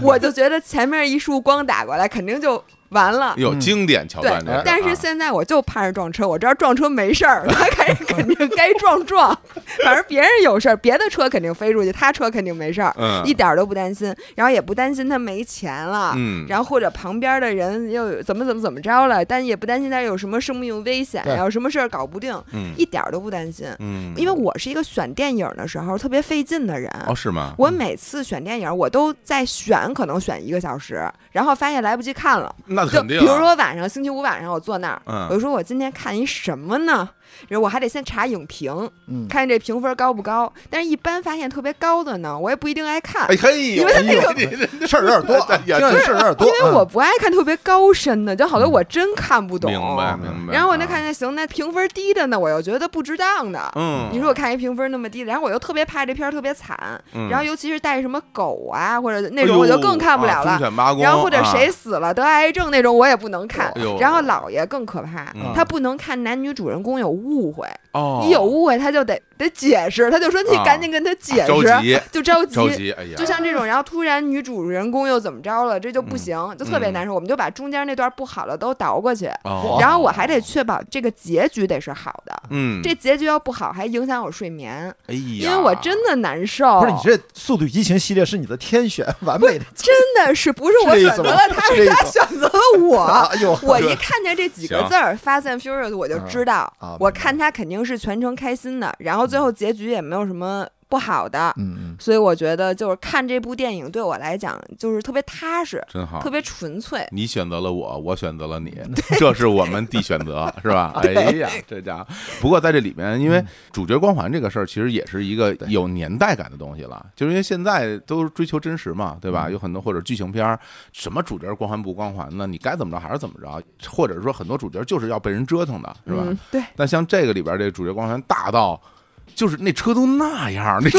Speaker 2: 我就觉得前面一束光打过来，肯定就完了。
Speaker 1: 有
Speaker 3: 嗯
Speaker 1: 经典桥
Speaker 2: 对
Speaker 1: 段这啊，
Speaker 2: 但是现在我就盼着撞车，我知道撞车没事儿，他肯肯定该撞撞，反正别人有事儿，别的车肯定飞出去，他车肯定没事儿，
Speaker 1: 嗯
Speaker 2: 一点儿都不担心，然后也不担心他没钱了，
Speaker 1: 嗯
Speaker 2: 然后或者旁边的人又有怎么怎么怎么着了，但也不担心他有什么生命危险
Speaker 3: 对
Speaker 2: 呀，有什么事儿搞不定，
Speaker 1: 嗯
Speaker 2: 一点儿都不担心，
Speaker 1: 嗯，
Speaker 2: 因为我是一个选电影的时候特别费劲的人，
Speaker 1: 哦是吗？
Speaker 2: 我每次选电影我都在选，可能选一个小时，然后发现来不及看了，
Speaker 1: 那
Speaker 2: 就
Speaker 1: 肯
Speaker 2: 比
Speaker 1: 定啊。
Speaker 2: 如说呃晚上星期五晚上我坐那儿，
Speaker 1: 嗯
Speaker 2: 我就说我今天看一什么呢？然后我还得先查影评，
Speaker 3: 嗯，
Speaker 2: 看这评分高不高。但是一般发现特别高的呢，我也不一定爱看，
Speaker 1: 哎嘿呦，
Speaker 2: 因为他
Speaker 1: 哎呦
Speaker 2: 那个
Speaker 1: 你这
Speaker 3: 事儿有点多啊，
Speaker 1: 也
Speaker 3: 听着
Speaker 1: 对
Speaker 3: 这事儿有点多，
Speaker 2: 因为
Speaker 3: 嗯
Speaker 2: 我不爱看特别高深的，就好多我真看不懂。
Speaker 1: 嗯明白明白。
Speaker 2: 然后我那
Speaker 1: 啊
Speaker 2: 看，见行，那评分低的呢，我又觉得不值当的。
Speaker 1: 嗯，
Speaker 2: 你说我看一评分那么低的，然后我又特别怕这片儿特别惨，
Speaker 1: 嗯，哎
Speaker 2: 然后尤其是带什么狗啊或者那种，我就更看不了
Speaker 1: 哎
Speaker 2: 了。
Speaker 1: 呦啊忠犬八公，
Speaker 2: 然后或者
Speaker 1: 啊
Speaker 2: 谁死了、得癌症那种，我也不能看
Speaker 1: 哎呦。
Speaker 2: 然后姥爷更可怕
Speaker 1: 嗯，
Speaker 2: 他不能看男女主人公有误会，
Speaker 1: 哦，
Speaker 2: 你有误会他就得得解释，他就说你
Speaker 1: 啊
Speaker 2: 赶紧跟他解
Speaker 1: 着
Speaker 2: 释，
Speaker 1: 急
Speaker 2: 就着
Speaker 1: 着
Speaker 2: 急。
Speaker 1: 急，哎呀，
Speaker 2: 就像这种，然后突然女主人公又怎么着了，这就不
Speaker 1: 嗯
Speaker 2: 行，就特别
Speaker 1: 嗯
Speaker 2: 难受。我们就把中间那段不好的都倒过去，
Speaker 1: 哦，
Speaker 2: 然后我还得确保这个结局得是好的。
Speaker 1: 嗯，
Speaker 2: 这结局要不好，还影响我睡眠，
Speaker 1: 哎呀，
Speaker 2: 因为我真的难受。
Speaker 3: 不是你这《速度与激情》系列是你的天选， [laughs] 完美的
Speaker 2: 真的是不是我
Speaker 3: 是这意
Speaker 2: 选
Speaker 3: 思
Speaker 2: 择
Speaker 3: 吗
Speaker 2: 了他，
Speaker 3: 是这
Speaker 2: 是
Speaker 3: 意
Speaker 2: 他
Speaker 3: 思
Speaker 2: 选择了我。
Speaker 3: 啊，哟，
Speaker 2: 我一看见这几个
Speaker 1: 行
Speaker 2: 字儿 “Fast and Furious”，我就知道
Speaker 3: 啊啊，
Speaker 2: 我
Speaker 3: 明白
Speaker 2: 看他肯定是全程开心的，然后最后结局也没有什么不好的，
Speaker 3: 嗯嗯，
Speaker 2: 所以我觉得就是看这部电影对我来讲就是特别踏实，
Speaker 1: 真
Speaker 3: 啊
Speaker 1: 好
Speaker 2: 特。别纯粹。
Speaker 1: 你选择了我，我选择了你， [laughs] 这是我们的选择，是吧？哎呀，这家伙！不过在这里面，因为主角光环这个事儿，其实也是一个有年代感的东西了，就是因为现在都追求真实嘛，对吧？有很多或者剧情片儿，什么主角光环不光环呢？你该怎么着还是怎么着，或者说很多主角就是要被人折腾的，是吧？
Speaker 2: 嗯，
Speaker 3: [laughs]
Speaker 2: 对，
Speaker 1: 但像这个里边这个主角光环大到，就是那车都那样儿，那车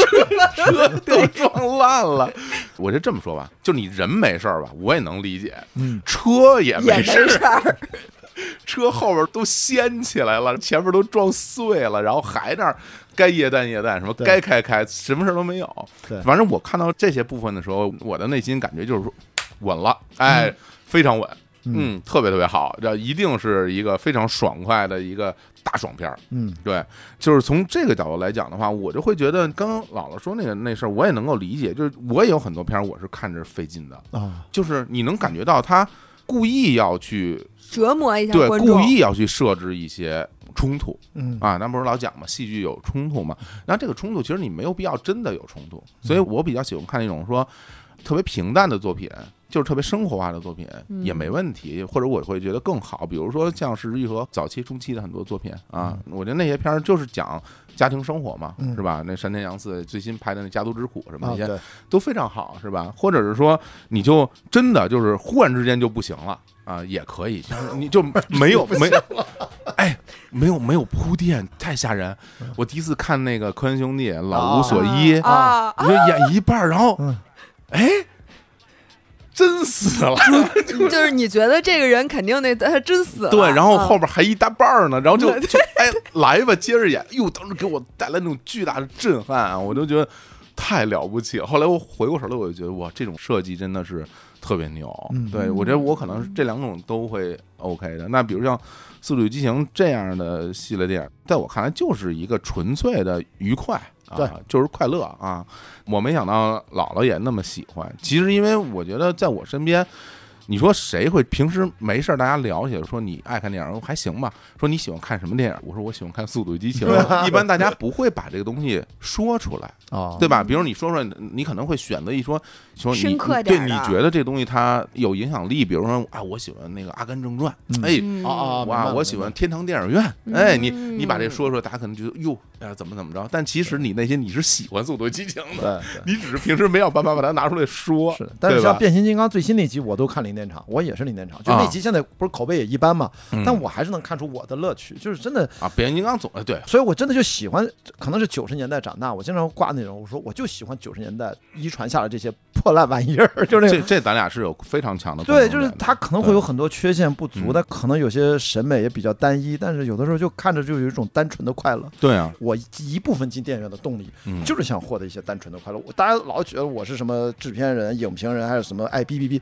Speaker 1: 车 [laughs] 都撞烂了。我就这么说吧，就你人没事儿吧，我也能理解，
Speaker 3: 嗯，
Speaker 1: 车也
Speaker 2: [laughs] 也
Speaker 1: 没
Speaker 2: 没
Speaker 1: 事儿，
Speaker 2: 事儿，
Speaker 1: 车后边都掀起来了，前面都撞碎了，然后还那儿该液氮液氮，什么
Speaker 3: 对
Speaker 1: 该开开，什么事儿都没有
Speaker 3: 对。
Speaker 1: 反正我看到这些部分的时候，我的内心感觉就是说稳了，哎，非常稳。
Speaker 3: 嗯
Speaker 1: 嗯，特别特别好，这一定是一个非常爽快的一个大爽片儿。
Speaker 3: 嗯
Speaker 1: 对，就是从这个角度来讲的话，我就会觉得刚刚姥姥说那个那事儿，我也能够理解。就是我也有很多片儿，我是看着费劲的，
Speaker 3: 啊，
Speaker 1: 就是你能感觉到他故意要去
Speaker 2: 折磨一下
Speaker 1: 对
Speaker 2: 观众。
Speaker 1: 故意要去设置一些冲突
Speaker 3: 嗯
Speaker 1: 啊。咱不是老讲嘛，戏剧有冲突嘛。那这个冲突其实你没有必要真的有冲突，所以
Speaker 3: 嗯
Speaker 1: 我比较喜欢看那种说特别平淡的作品。就是特别生活化的作品
Speaker 2: 嗯
Speaker 1: 也没问题，或者我会觉得更好。比如说像是玉和早期、中期的很多作品啊，我觉得那些片儿就是讲家庭生活嘛，
Speaker 3: 嗯
Speaker 1: 是吧？那山田洋次最新拍的那《家族之苦》什么
Speaker 3: 啊
Speaker 1: 那些，
Speaker 3: 对，
Speaker 1: 都非常好，是吧？或者是说，你就真的就是忽然之间就不行了啊，也可以，就是你就没
Speaker 3: [laughs]
Speaker 1: 有没，
Speaker 3: 啊
Speaker 1: 哎，没有没有铺垫，太吓人。我第一次看那个《科恩兄弟》，老
Speaker 3: 啊
Speaker 1: 无所依，
Speaker 2: 啊啊，
Speaker 1: 你就演一半儿，然后
Speaker 3: 嗯，
Speaker 1: 哎，真死了，
Speaker 2: [laughs] 就是你觉得这个人肯定那他真死了，
Speaker 1: 对，然后
Speaker 2: 嗯
Speaker 1: 后边还一大半儿呢，然后就就哎来吧，接着演，哟，当时给我带来那种巨大的震撼啊，我就觉得太了不起了。后来我回过神来，我就觉得哇，这种设计真的是特别牛。
Speaker 3: 嗯
Speaker 1: 对我觉得我可能是这两种都会 OK 的。那比如像《速度与激情》这样的系列电影，在我看来就是一个纯粹的愉快。
Speaker 3: 对。
Speaker 1: 啊，就是快乐啊！我没想到姥姥也那么喜欢。其实，因为我觉得在我身边，你说谁会平时没事儿大家聊起来说你爱看电影，还行吧？说你喜欢看什么电影？我说我喜欢看《速度与激情》
Speaker 3: [laughs]
Speaker 1: 一般大家不会把这个东西说出来，
Speaker 3: 啊，
Speaker 1: 对吧？比如你说说，你可能会选择一说说你
Speaker 2: 深刻
Speaker 1: 对
Speaker 2: 点儿
Speaker 1: 你
Speaker 2: 的
Speaker 1: 觉得这东西它有影响力。比如说啊，我喜欢那个《阿甘正传》，
Speaker 3: 嗯
Speaker 1: 哎，
Speaker 2: 嗯
Speaker 3: 啊啊，明白
Speaker 1: 哇，
Speaker 3: 了
Speaker 1: 我喜欢，天堂电影院。哎，你
Speaker 2: 嗯
Speaker 1: 你把这说说，大家可能觉得哟，哎，怎么怎么着？但其实你内心你是喜欢《速度与激情》
Speaker 3: 明
Speaker 1: 的，
Speaker 3: 白了对
Speaker 1: 你只是平时没有办法把它拿出来说
Speaker 3: 对，。是的。但是
Speaker 1: 对吧
Speaker 3: 像变形金刚最新那集，我都看零点场，我也是零点场，就那
Speaker 1: 啊
Speaker 3: 集现在不是口碑也一般嘛，
Speaker 1: 嗯
Speaker 3: 但我还是能看出我的乐趣，就是真的，
Speaker 1: 啊，变形金刚总哎对，
Speaker 3: 所以我真的就喜欢，可能是九十年代长大，我经常挂那种，我说我就喜欢九十年代遗传下来这些破烂玩意儿， [laughs] 就是那
Speaker 1: 这
Speaker 3: 种。
Speaker 1: 这咱俩是有非常强的共
Speaker 3: 对，
Speaker 1: 同
Speaker 3: 就是
Speaker 1: 点的
Speaker 3: 它可能会有很多缺陷不足，但可能有些审美也比较单一，但是有的时候就看着就有一种单纯的快乐。
Speaker 1: 对啊，
Speaker 3: 我一部分进电影院的动力，
Speaker 1: 嗯
Speaker 3: 就是想获得一些单纯的快乐。我大家老觉得我是什么制片人、影评人，还是什么哎爱哔哔哔。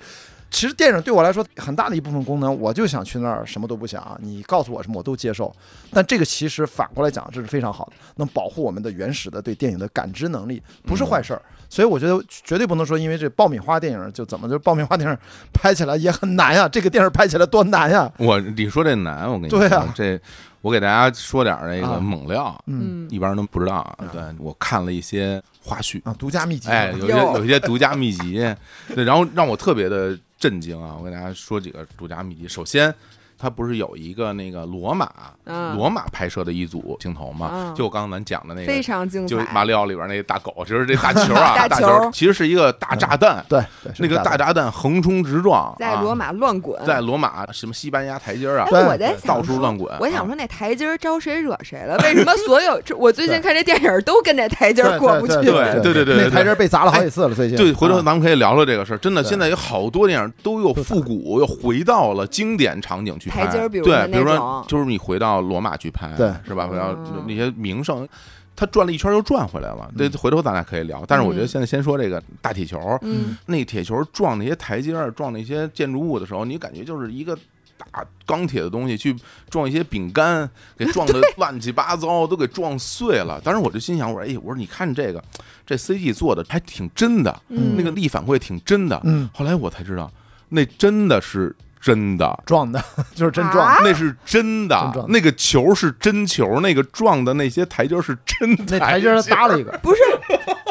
Speaker 3: 其实电影对我来说很大的一部分功能，我就想去那儿什么都不想，你告诉我什么我都接受。但这个其实反过来讲，这是非常好的，能保护我们的原始的对电影的感知能力，不是坏事儿。
Speaker 1: 嗯
Speaker 3: 所以我觉得绝对不能说因为这爆米花电影就怎么就爆米花电影拍起来也很难呀，这个电影拍起来多难呀。
Speaker 1: 我你说这难，我跟你说，
Speaker 3: 对啊
Speaker 1: 这我给大家说点儿那
Speaker 3: 啊
Speaker 1: 个猛料，
Speaker 3: 嗯
Speaker 2: 嗯
Speaker 1: 一般人都不知道啊。对我看了一些花絮，
Speaker 3: 啊，独家秘籍。
Speaker 1: 哎，有些
Speaker 2: 哟
Speaker 1: 有一些独家秘籍，对，然后让我特别的震惊啊！我给大家说几个独家秘籍。首先，它不是有一个那个罗马，
Speaker 2: 嗯
Speaker 1: 罗马拍摄的一组镜头嘛？
Speaker 2: 嗯
Speaker 1: 就我刚刚咱讲的那
Speaker 2: 非
Speaker 1: 个，
Speaker 2: 常精
Speaker 1: 就
Speaker 2: 彩。
Speaker 1: 马里奥里边那大狗，就是这大球
Speaker 2: [laughs]
Speaker 1: 啊，
Speaker 2: 大
Speaker 1: 大
Speaker 2: 球
Speaker 1: 其实是一个大炸弹，
Speaker 3: 对，对是
Speaker 1: 那个
Speaker 3: 大
Speaker 1: 大炸弹横冲直撞，
Speaker 2: 在罗、马乱滚
Speaker 1: 啊、，在罗马什么西班牙台阶啊
Speaker 2: 哎，
Speaker 3: 对
Speaker 2: 我在想
Speaker 1: 到处
Speaker 2: 说
Speaker 1: 乱滚。
Speaker 2: 我想
Speaker 1: 啊
Speaker 2: 说，那台阶儿招谁惹谁了？为什么所有这我最近看这电影儿都跟那台阶儿
Speaker 3: 对
Speaker 2: 过不去？
Speaker 1: 对对对对
Speaker 3: 那
Speaker 1: 对
Speaker 3: 台阶被砸了好几次了，最近。
Speaker 1: 对，回头
Speaker 3: 啊
Speaker 1: 咱们可以聊聊这个事儿。真的，
Speaker 3: 对
Speaker 1: 现在有好多电影都又复古，又回到了经典场景去拍。
Speaker 2: 台阶儿比如说
Speaker 1: 对，比如
Speaker 2: 那
Speaker 1: 说
Speaker 2: 种
Speaker 1: 就是你回到罗马去拍，
Speaker 3: 对
Speaker 1: 是吧？回到
Speaker 2: 嗯
Speaker 1: 那些名胜。他转了一圈又转回来了，
Speaker 3: 嗯
Speaker 1: 对，回头咱俩可以聊。但是我觉得现在先说这个大铁球，
Speaker 2: 嗯，
Speaker 1: 那铁球撞那些台阶儿、撞那些建筑物的时候，你感觉就是一个大钢铁的东西去撞一些饼干，给撞
Speaker 3: [laughs]
Speaker 1: 的乱七八糟，都给撞碎了。当时我就心想，我说，哎，我说你看这个，这 CG 做的还挺真的，
Speaker 2: 嗯
Speaker 1: 那个力反馈挺真的。
Speaker 3: 嗯，
Speaker 1: 后来我才知道，那真的是真的。
Speaker 3: 撞的， [laughs] 就是真撞
Speaker 2: 啊
Speaker 3: 的。
Speaker 1: 那是真
Speaker 3: 真
Speaker 1: 的
Speaker 3: 啊撞，的
Speaker 1: 那个球是真球，那个撞的那些台阶儿是真的。
Speaker 3: 那台
Speaker 1: [laughs]
Speaker 3: 阶儿搭了一个，
Speaker 2: 不是，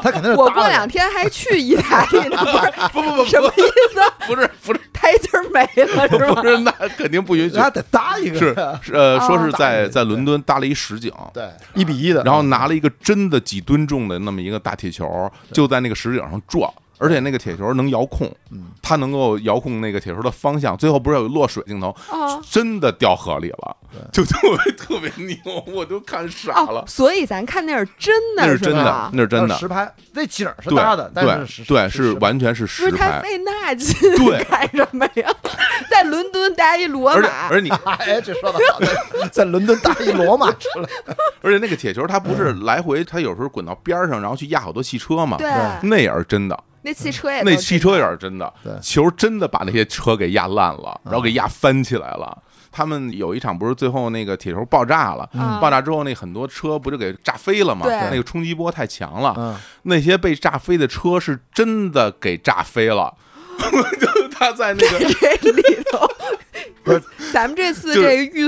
Speaker 3: 他肯定是
Speaker 2: 我
Speaker 3: 搭
Speaker 2: 过
Speaker 3: 了
Speaker 2: 两天还去意大利
Speaker 1: [laughs]
Speaker 2: 呢，
Speaker 1: 不不
Speaker 2: 不
Speaker 1: 不
Speaker 2: 是什么意思？
Speaker 1: 不是不是
Speaker 2: 台阶儿没了是吗
Speaker 1: 不？是，那肯定不允
Speaker 3: 一 [laughs]
Speaker 1: 许
Speaker 3: 个，。他得搭一个，
Speaker 1: 是是呃，说
Speaker 2: 哦
Speaker 1: 是在
Speaker 3: 对
Speaker 1: 在伦敦搭了一实景，
Speaker 3: 对，一比一的。嗯
Speaker 1: 然后拿了一个真的几吨重的那么一个大铁球，就在那个实景上撞。而且那个铁球能遥控，它能够遥控那个铁球的方向。最后不是有落水镜头，
Speaker 2: 哦
Speaker 1: 真的掉河里了，就特别特别牛，我都看傻
Speaker 2: 哦
Speaker 1: 了，。
Speaker 2: 所以咱看那是真的，
Speaker 1: 那是真的
Speaker 2: 吧，？哦
Speaker 1: 那是真的
Speaker 3: 实，拍，那景儿是
Speaker 1: 对
Speaker 3: 搭的，但是
Speaker 1: 对对，是
Speaker 3: 完。
Speaker 1: 完全是
Speaker 2: 不是
Speaker 1: 实
Speaker 2: 他
Speaker 1: 拍。
Speaker 2: 费
Speaker 1: [laughs]
Speaker 2: 那劲
Speaker 1: 对
Speaker 2: 干什么呀？在伦敦待一罗
Speaker 1: 而且
Speaker 2: 马，
Speaker 1: 而且你
Speaker 3: 哎，这说的好， [laughs] 在在伦敦大一罗马出来，
Speaker 1: 而且那个铁球它不是来回，它有时候滚到边儿上，然后去压好多汽车嘛，
Speaker 2: 对，
Speaker 1: 那也是真的。
Speaker 2: 那汽车也
Speaker 1: 嗯那
Speaker 2: 哎都
Speaker 1: 汽车也是真的
Speaker 3: 对，
Speaker 1: 球真的把那些车给压烂了，然后给压翻起来
Speaker 3: 嗯
Speaker 1: 了。他们有一场不是最后那个铁球爆炸了，
Speaker 2: 嗯
Speaker 1: 爆炸之后那很多车不就给炸飞了吗？
Speaker 2: 对
Speaker 1: 那个冲击波太强了，
Speaker 3: 嗯，
Speaker 1: 那些被炸飞的车是真的给炸飞了。 [laughs] 就他在那
Speaker 2: [laughs]
Speaker 1: 个
Speaker 2: [laughs] 这里
Speaker 1: [laughs]
Speaker 2: 头
Speaker 3: 不是，
Speaker 2: 咱们这次
Speaker 1: 就是
Speaker 2: 这个预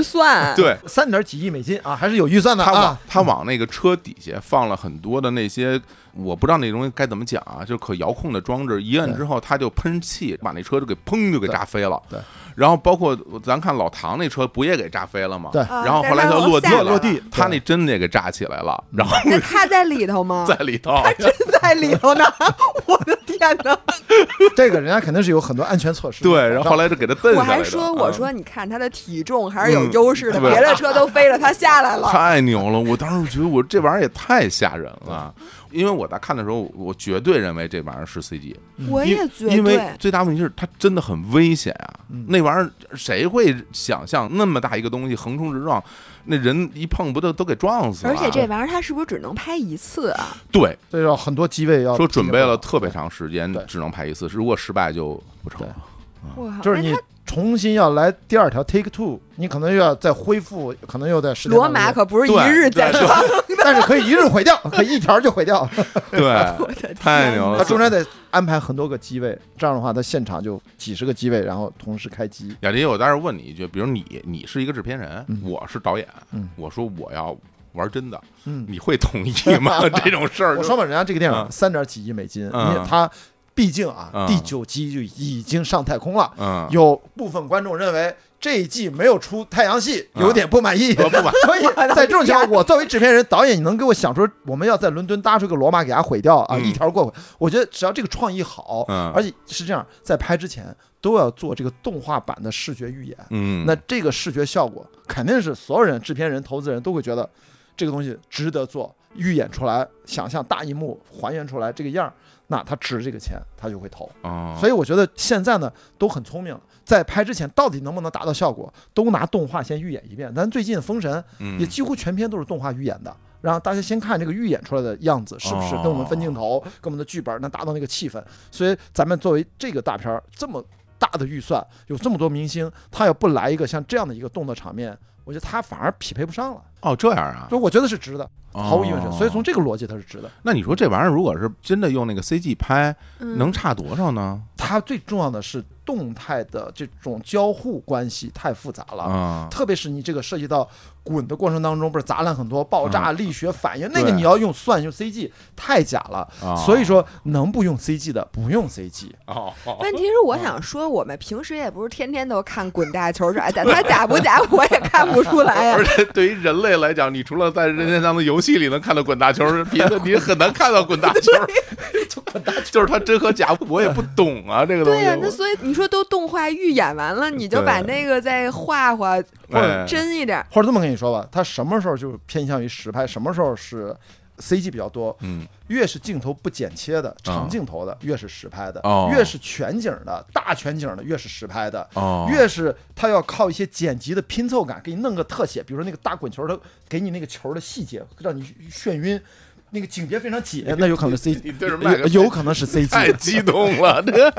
Speaker 1: [laughs]
Speaker 2: 算，
Speaker 1: 对，
Speaker 3: 三点几亿美金啊，还是有预算的
Speaker 1: 他往
Speaker 3: 啊。
Speaker 1: 他往那个车底下放了很多的那些，我不知道那东西该怎么讲啊，就是可遥控的装置，一摁之后它就喷气，把那车就给砰就给炸飞了。
Speaker 3: 对对
Speaker 1: 然后包括咱看老唐那车不也给炸飞了吗？
Speaker 3: 对
Speaker 2: 啊
Speaker 1: 然后后来
Speaker 2: 但
Speaker 1: 它
Speaker 2: 是它
Speaker 1: 落地
Speaker 2: 下来
Speaker 1: 了
Speaker 2: 了
Speaker 3: 落地
Speaker 1: 他那真的也给炸起来
Speaker 3: 嗯
Speaker 1: 了，然后
Speaker 2: 那他在里头吗？
Speaker 1: 在里头。
Speaker 2: 真 [laughs] 在里头呢！ [laughs] 我的天哪！
Speaker 3: 这个人家肯定是有很多安全措施的。
Speaker 1: 对，然后后来就给他蹬下
Speaker 2: 我
Speaker 1: 来
Speaker 2: 还
Speaker 1: 的
Speaker 2: 说，
Speaker 1: 嗯
Speaker 2: 我说，你看他的体重还是有
Speaker 1: 嗯
Speaker 2: 优势的，
Speaker 1: 对
Speaker 2: 别的车都飞了，他下来了。
Speaker 1: 太牛了！我当时觉得我这玩意儿也太吓人了，因为我在看的时候，我绝对认为这玩意儿是 CG。
Speaker 2: 我
Speaker 1: 因
Speaker 2: 也觉
Speaker 1: 因为
Speaker 2: 得，
Speaker 1: 最大问题是它真的很危险啊！
Speaker 3: 嗯
Speaker 1: 那玩意儿谁会想象那么大一个东西横冲直撞，那人一碰不都都给撞死了？啊
Speaker 2: 而且这玩意儿他是不是只能拍一次啊？
Speaker 1: 对
Speaker 3: 这要很多机位要
Speaker 1: 说准备了特别，长时间
Speaker 3: 对，
Speaker 1: 只能拍一次，如果失败就不成了。
Speaker 2: 我靠！
Speaker 3: 就是
Speaker 2: 那
Speaker 3: 你
Speaker 2: 他
Speaker 3: 重新要来第二条 take two，你可能又要再恢复，可能又在时间
Speaker 2: 罗
Speaker 3: 上面
Speaker 2: 马，可不是一
Speaker 1: 对
Speaker 2: 日
Speaker 1: 对
Speaker 2: 建
Speaker 1: 对 [laughs]
Speaker 2: 成。
Speaker 3: 但是可以一日毁掉，可以一条就毁掉。
Speaker 2: 我
Speaker 1: 对，
Speaker 2: 的
Speaker 1: 太
Speaker 2: 天
Speaker 1: 牛了
Speaker 3: 他
Speaker 2: 哪！
Speaker 3: 中间得安排很多个机位，这样的话，他现场就几十个机位，然后同时开机。
Speaker 1: 雅迪，我当时问你一句，比如你你是一个制片人，我是导演
Speaker 3: 嗯，
Speaker 1: 我说我要玩真的，
Speaker 3: 嗯，
Speaker 1: 你会同意吗？ [laughs] 这种事儿就，
Speaker 3: 我说嘛，人家这个电影
Speaker 1: 嗯
Speaker 3: 三点几亿美金，
Speaker 1: 嗯
Speaker 3: 你他毕竟啊
Speaker 1: 嗯，
Speaker 3: 第九集就已经上太空了。
Speaker 1: 嗯，
Speaker 3: 有部分观众认为这一季没有出太阳系，
Speaker 1: 嗯
Speaker 3: 有点不满意。
Speaker 1: 我不管，
Speaker 3: [laughs] 所以在这种情况，我作为制片人、导演，你能给我想出我们要在伦敦搭出个罗马给它毁掉啊，
Speaker 1: 嗯
Speaker 3: 一条过毁？我觉得只要这个创意好，
Speaker 1: 嗯
Speaker 3: 而且是这样，在拍之前都要做这个动画版的视觉预演。
Speaker 1: 嗯，
Speaker 3: 那这个视觉效果肯定是所有人、制片人、投资人都会觉得这个东西值得做，预演出来，想象大荧幕还原出来这个样儿，那他值这个钱，他就会投。
Speaker 1: 哦
Speaker 3: 所以我觉得现在呢都很聪明了，在拍之前到底能不能达到效果，都拿动画先预演一遍。咱最近《封神》也
Speaker 1: 嗯
Speaker 3: 几乎全篇都是动画预演的，然后大家先看这个预演出来的样子是不
Speaker 1: 哦
Speaker 3: 是跟我们分镜头、跟我们的剧本能达到那个气氛。所以咱们作为这个大片儿这么大的预算，有这么多明星，他要不来一个像这样的一个动作场面，我觉得他反而匹配不上了。
Speaker 1: 哦这样啊，
Speaker 3: 所以我觉得是值的，毫无疑问是。
Speaker 1: 哦
Speaker 3: 所以从这个逻辑它是值的。
Speaker 1: 那你说这玩意儿如果是真的用那个 CG 拍，
Speaker 2: 嗯
Speaker 1: 能差多少呢？
Speaker 3: 它最重要的是动态的这种交互关系太复杂了，
Speaker 1: 啊，
Speaker 3: 特别是你这个涉及到滚的过程当中，不是砸烂很多爆炸、力学反应，那个
Speaker 1: 嗯对
Speaker 3: 你要用算用 CG 太假了，
Speaker 1: 啊
Speaker 3: [laughs] 所以说能不用 CG 的不用 CG。
Speaker 1: 哦，
Speaker 2: 问题是，我想说，我们平时也不是天天都看滚大球啥的，哎 [laughs] 他假不假我也看不出来啊呀
Speaker 1: [laughs] 而。且对于人类来讲，你除了在任天堂的游戏里能看到滚大球，
Speaker 3: [laughs]
Speaker 1: 别的你很难看到滚大球。就是它真和假，我也不懂啊，这个东
Speaker 2: 对
Speaker 1: 西。
Speaker 2: 呀、那所以你说都动画预演完了，你就把那个再画画
Speaker 1: 对
Speaker 2: 或者真一点。
Speaker 3: 或者这么跟你说吧，它什么时候就偏向于实拍，什么时候是 CG 比较多。
Speaker 1: 嗯，啊
Speaker 3: 越是镜头不剪切的长镜头的，越是实拍的；
Speaker 1: 哦
Speaker 3: 越是全景的大全景的，越是实拍的。
Speaker 1: 哦
Speaker 3: 越是它要靠一些剪辑的拼凑感，给你弄个特写，比如说那个大滚球，它给你那个球的细节，让你眩晕，那个景别非常紧，
Speaker 1: 哎
Speaker 3: 那有可能是 CG，
Speaker 1: 你对着麦克
Speaker 3: 有有可能
Speaker 1: [laughs]
Speaker 3: 是
Speaker 1: 太
Speaker 3: CG。
Speaker 1: 激动了，这个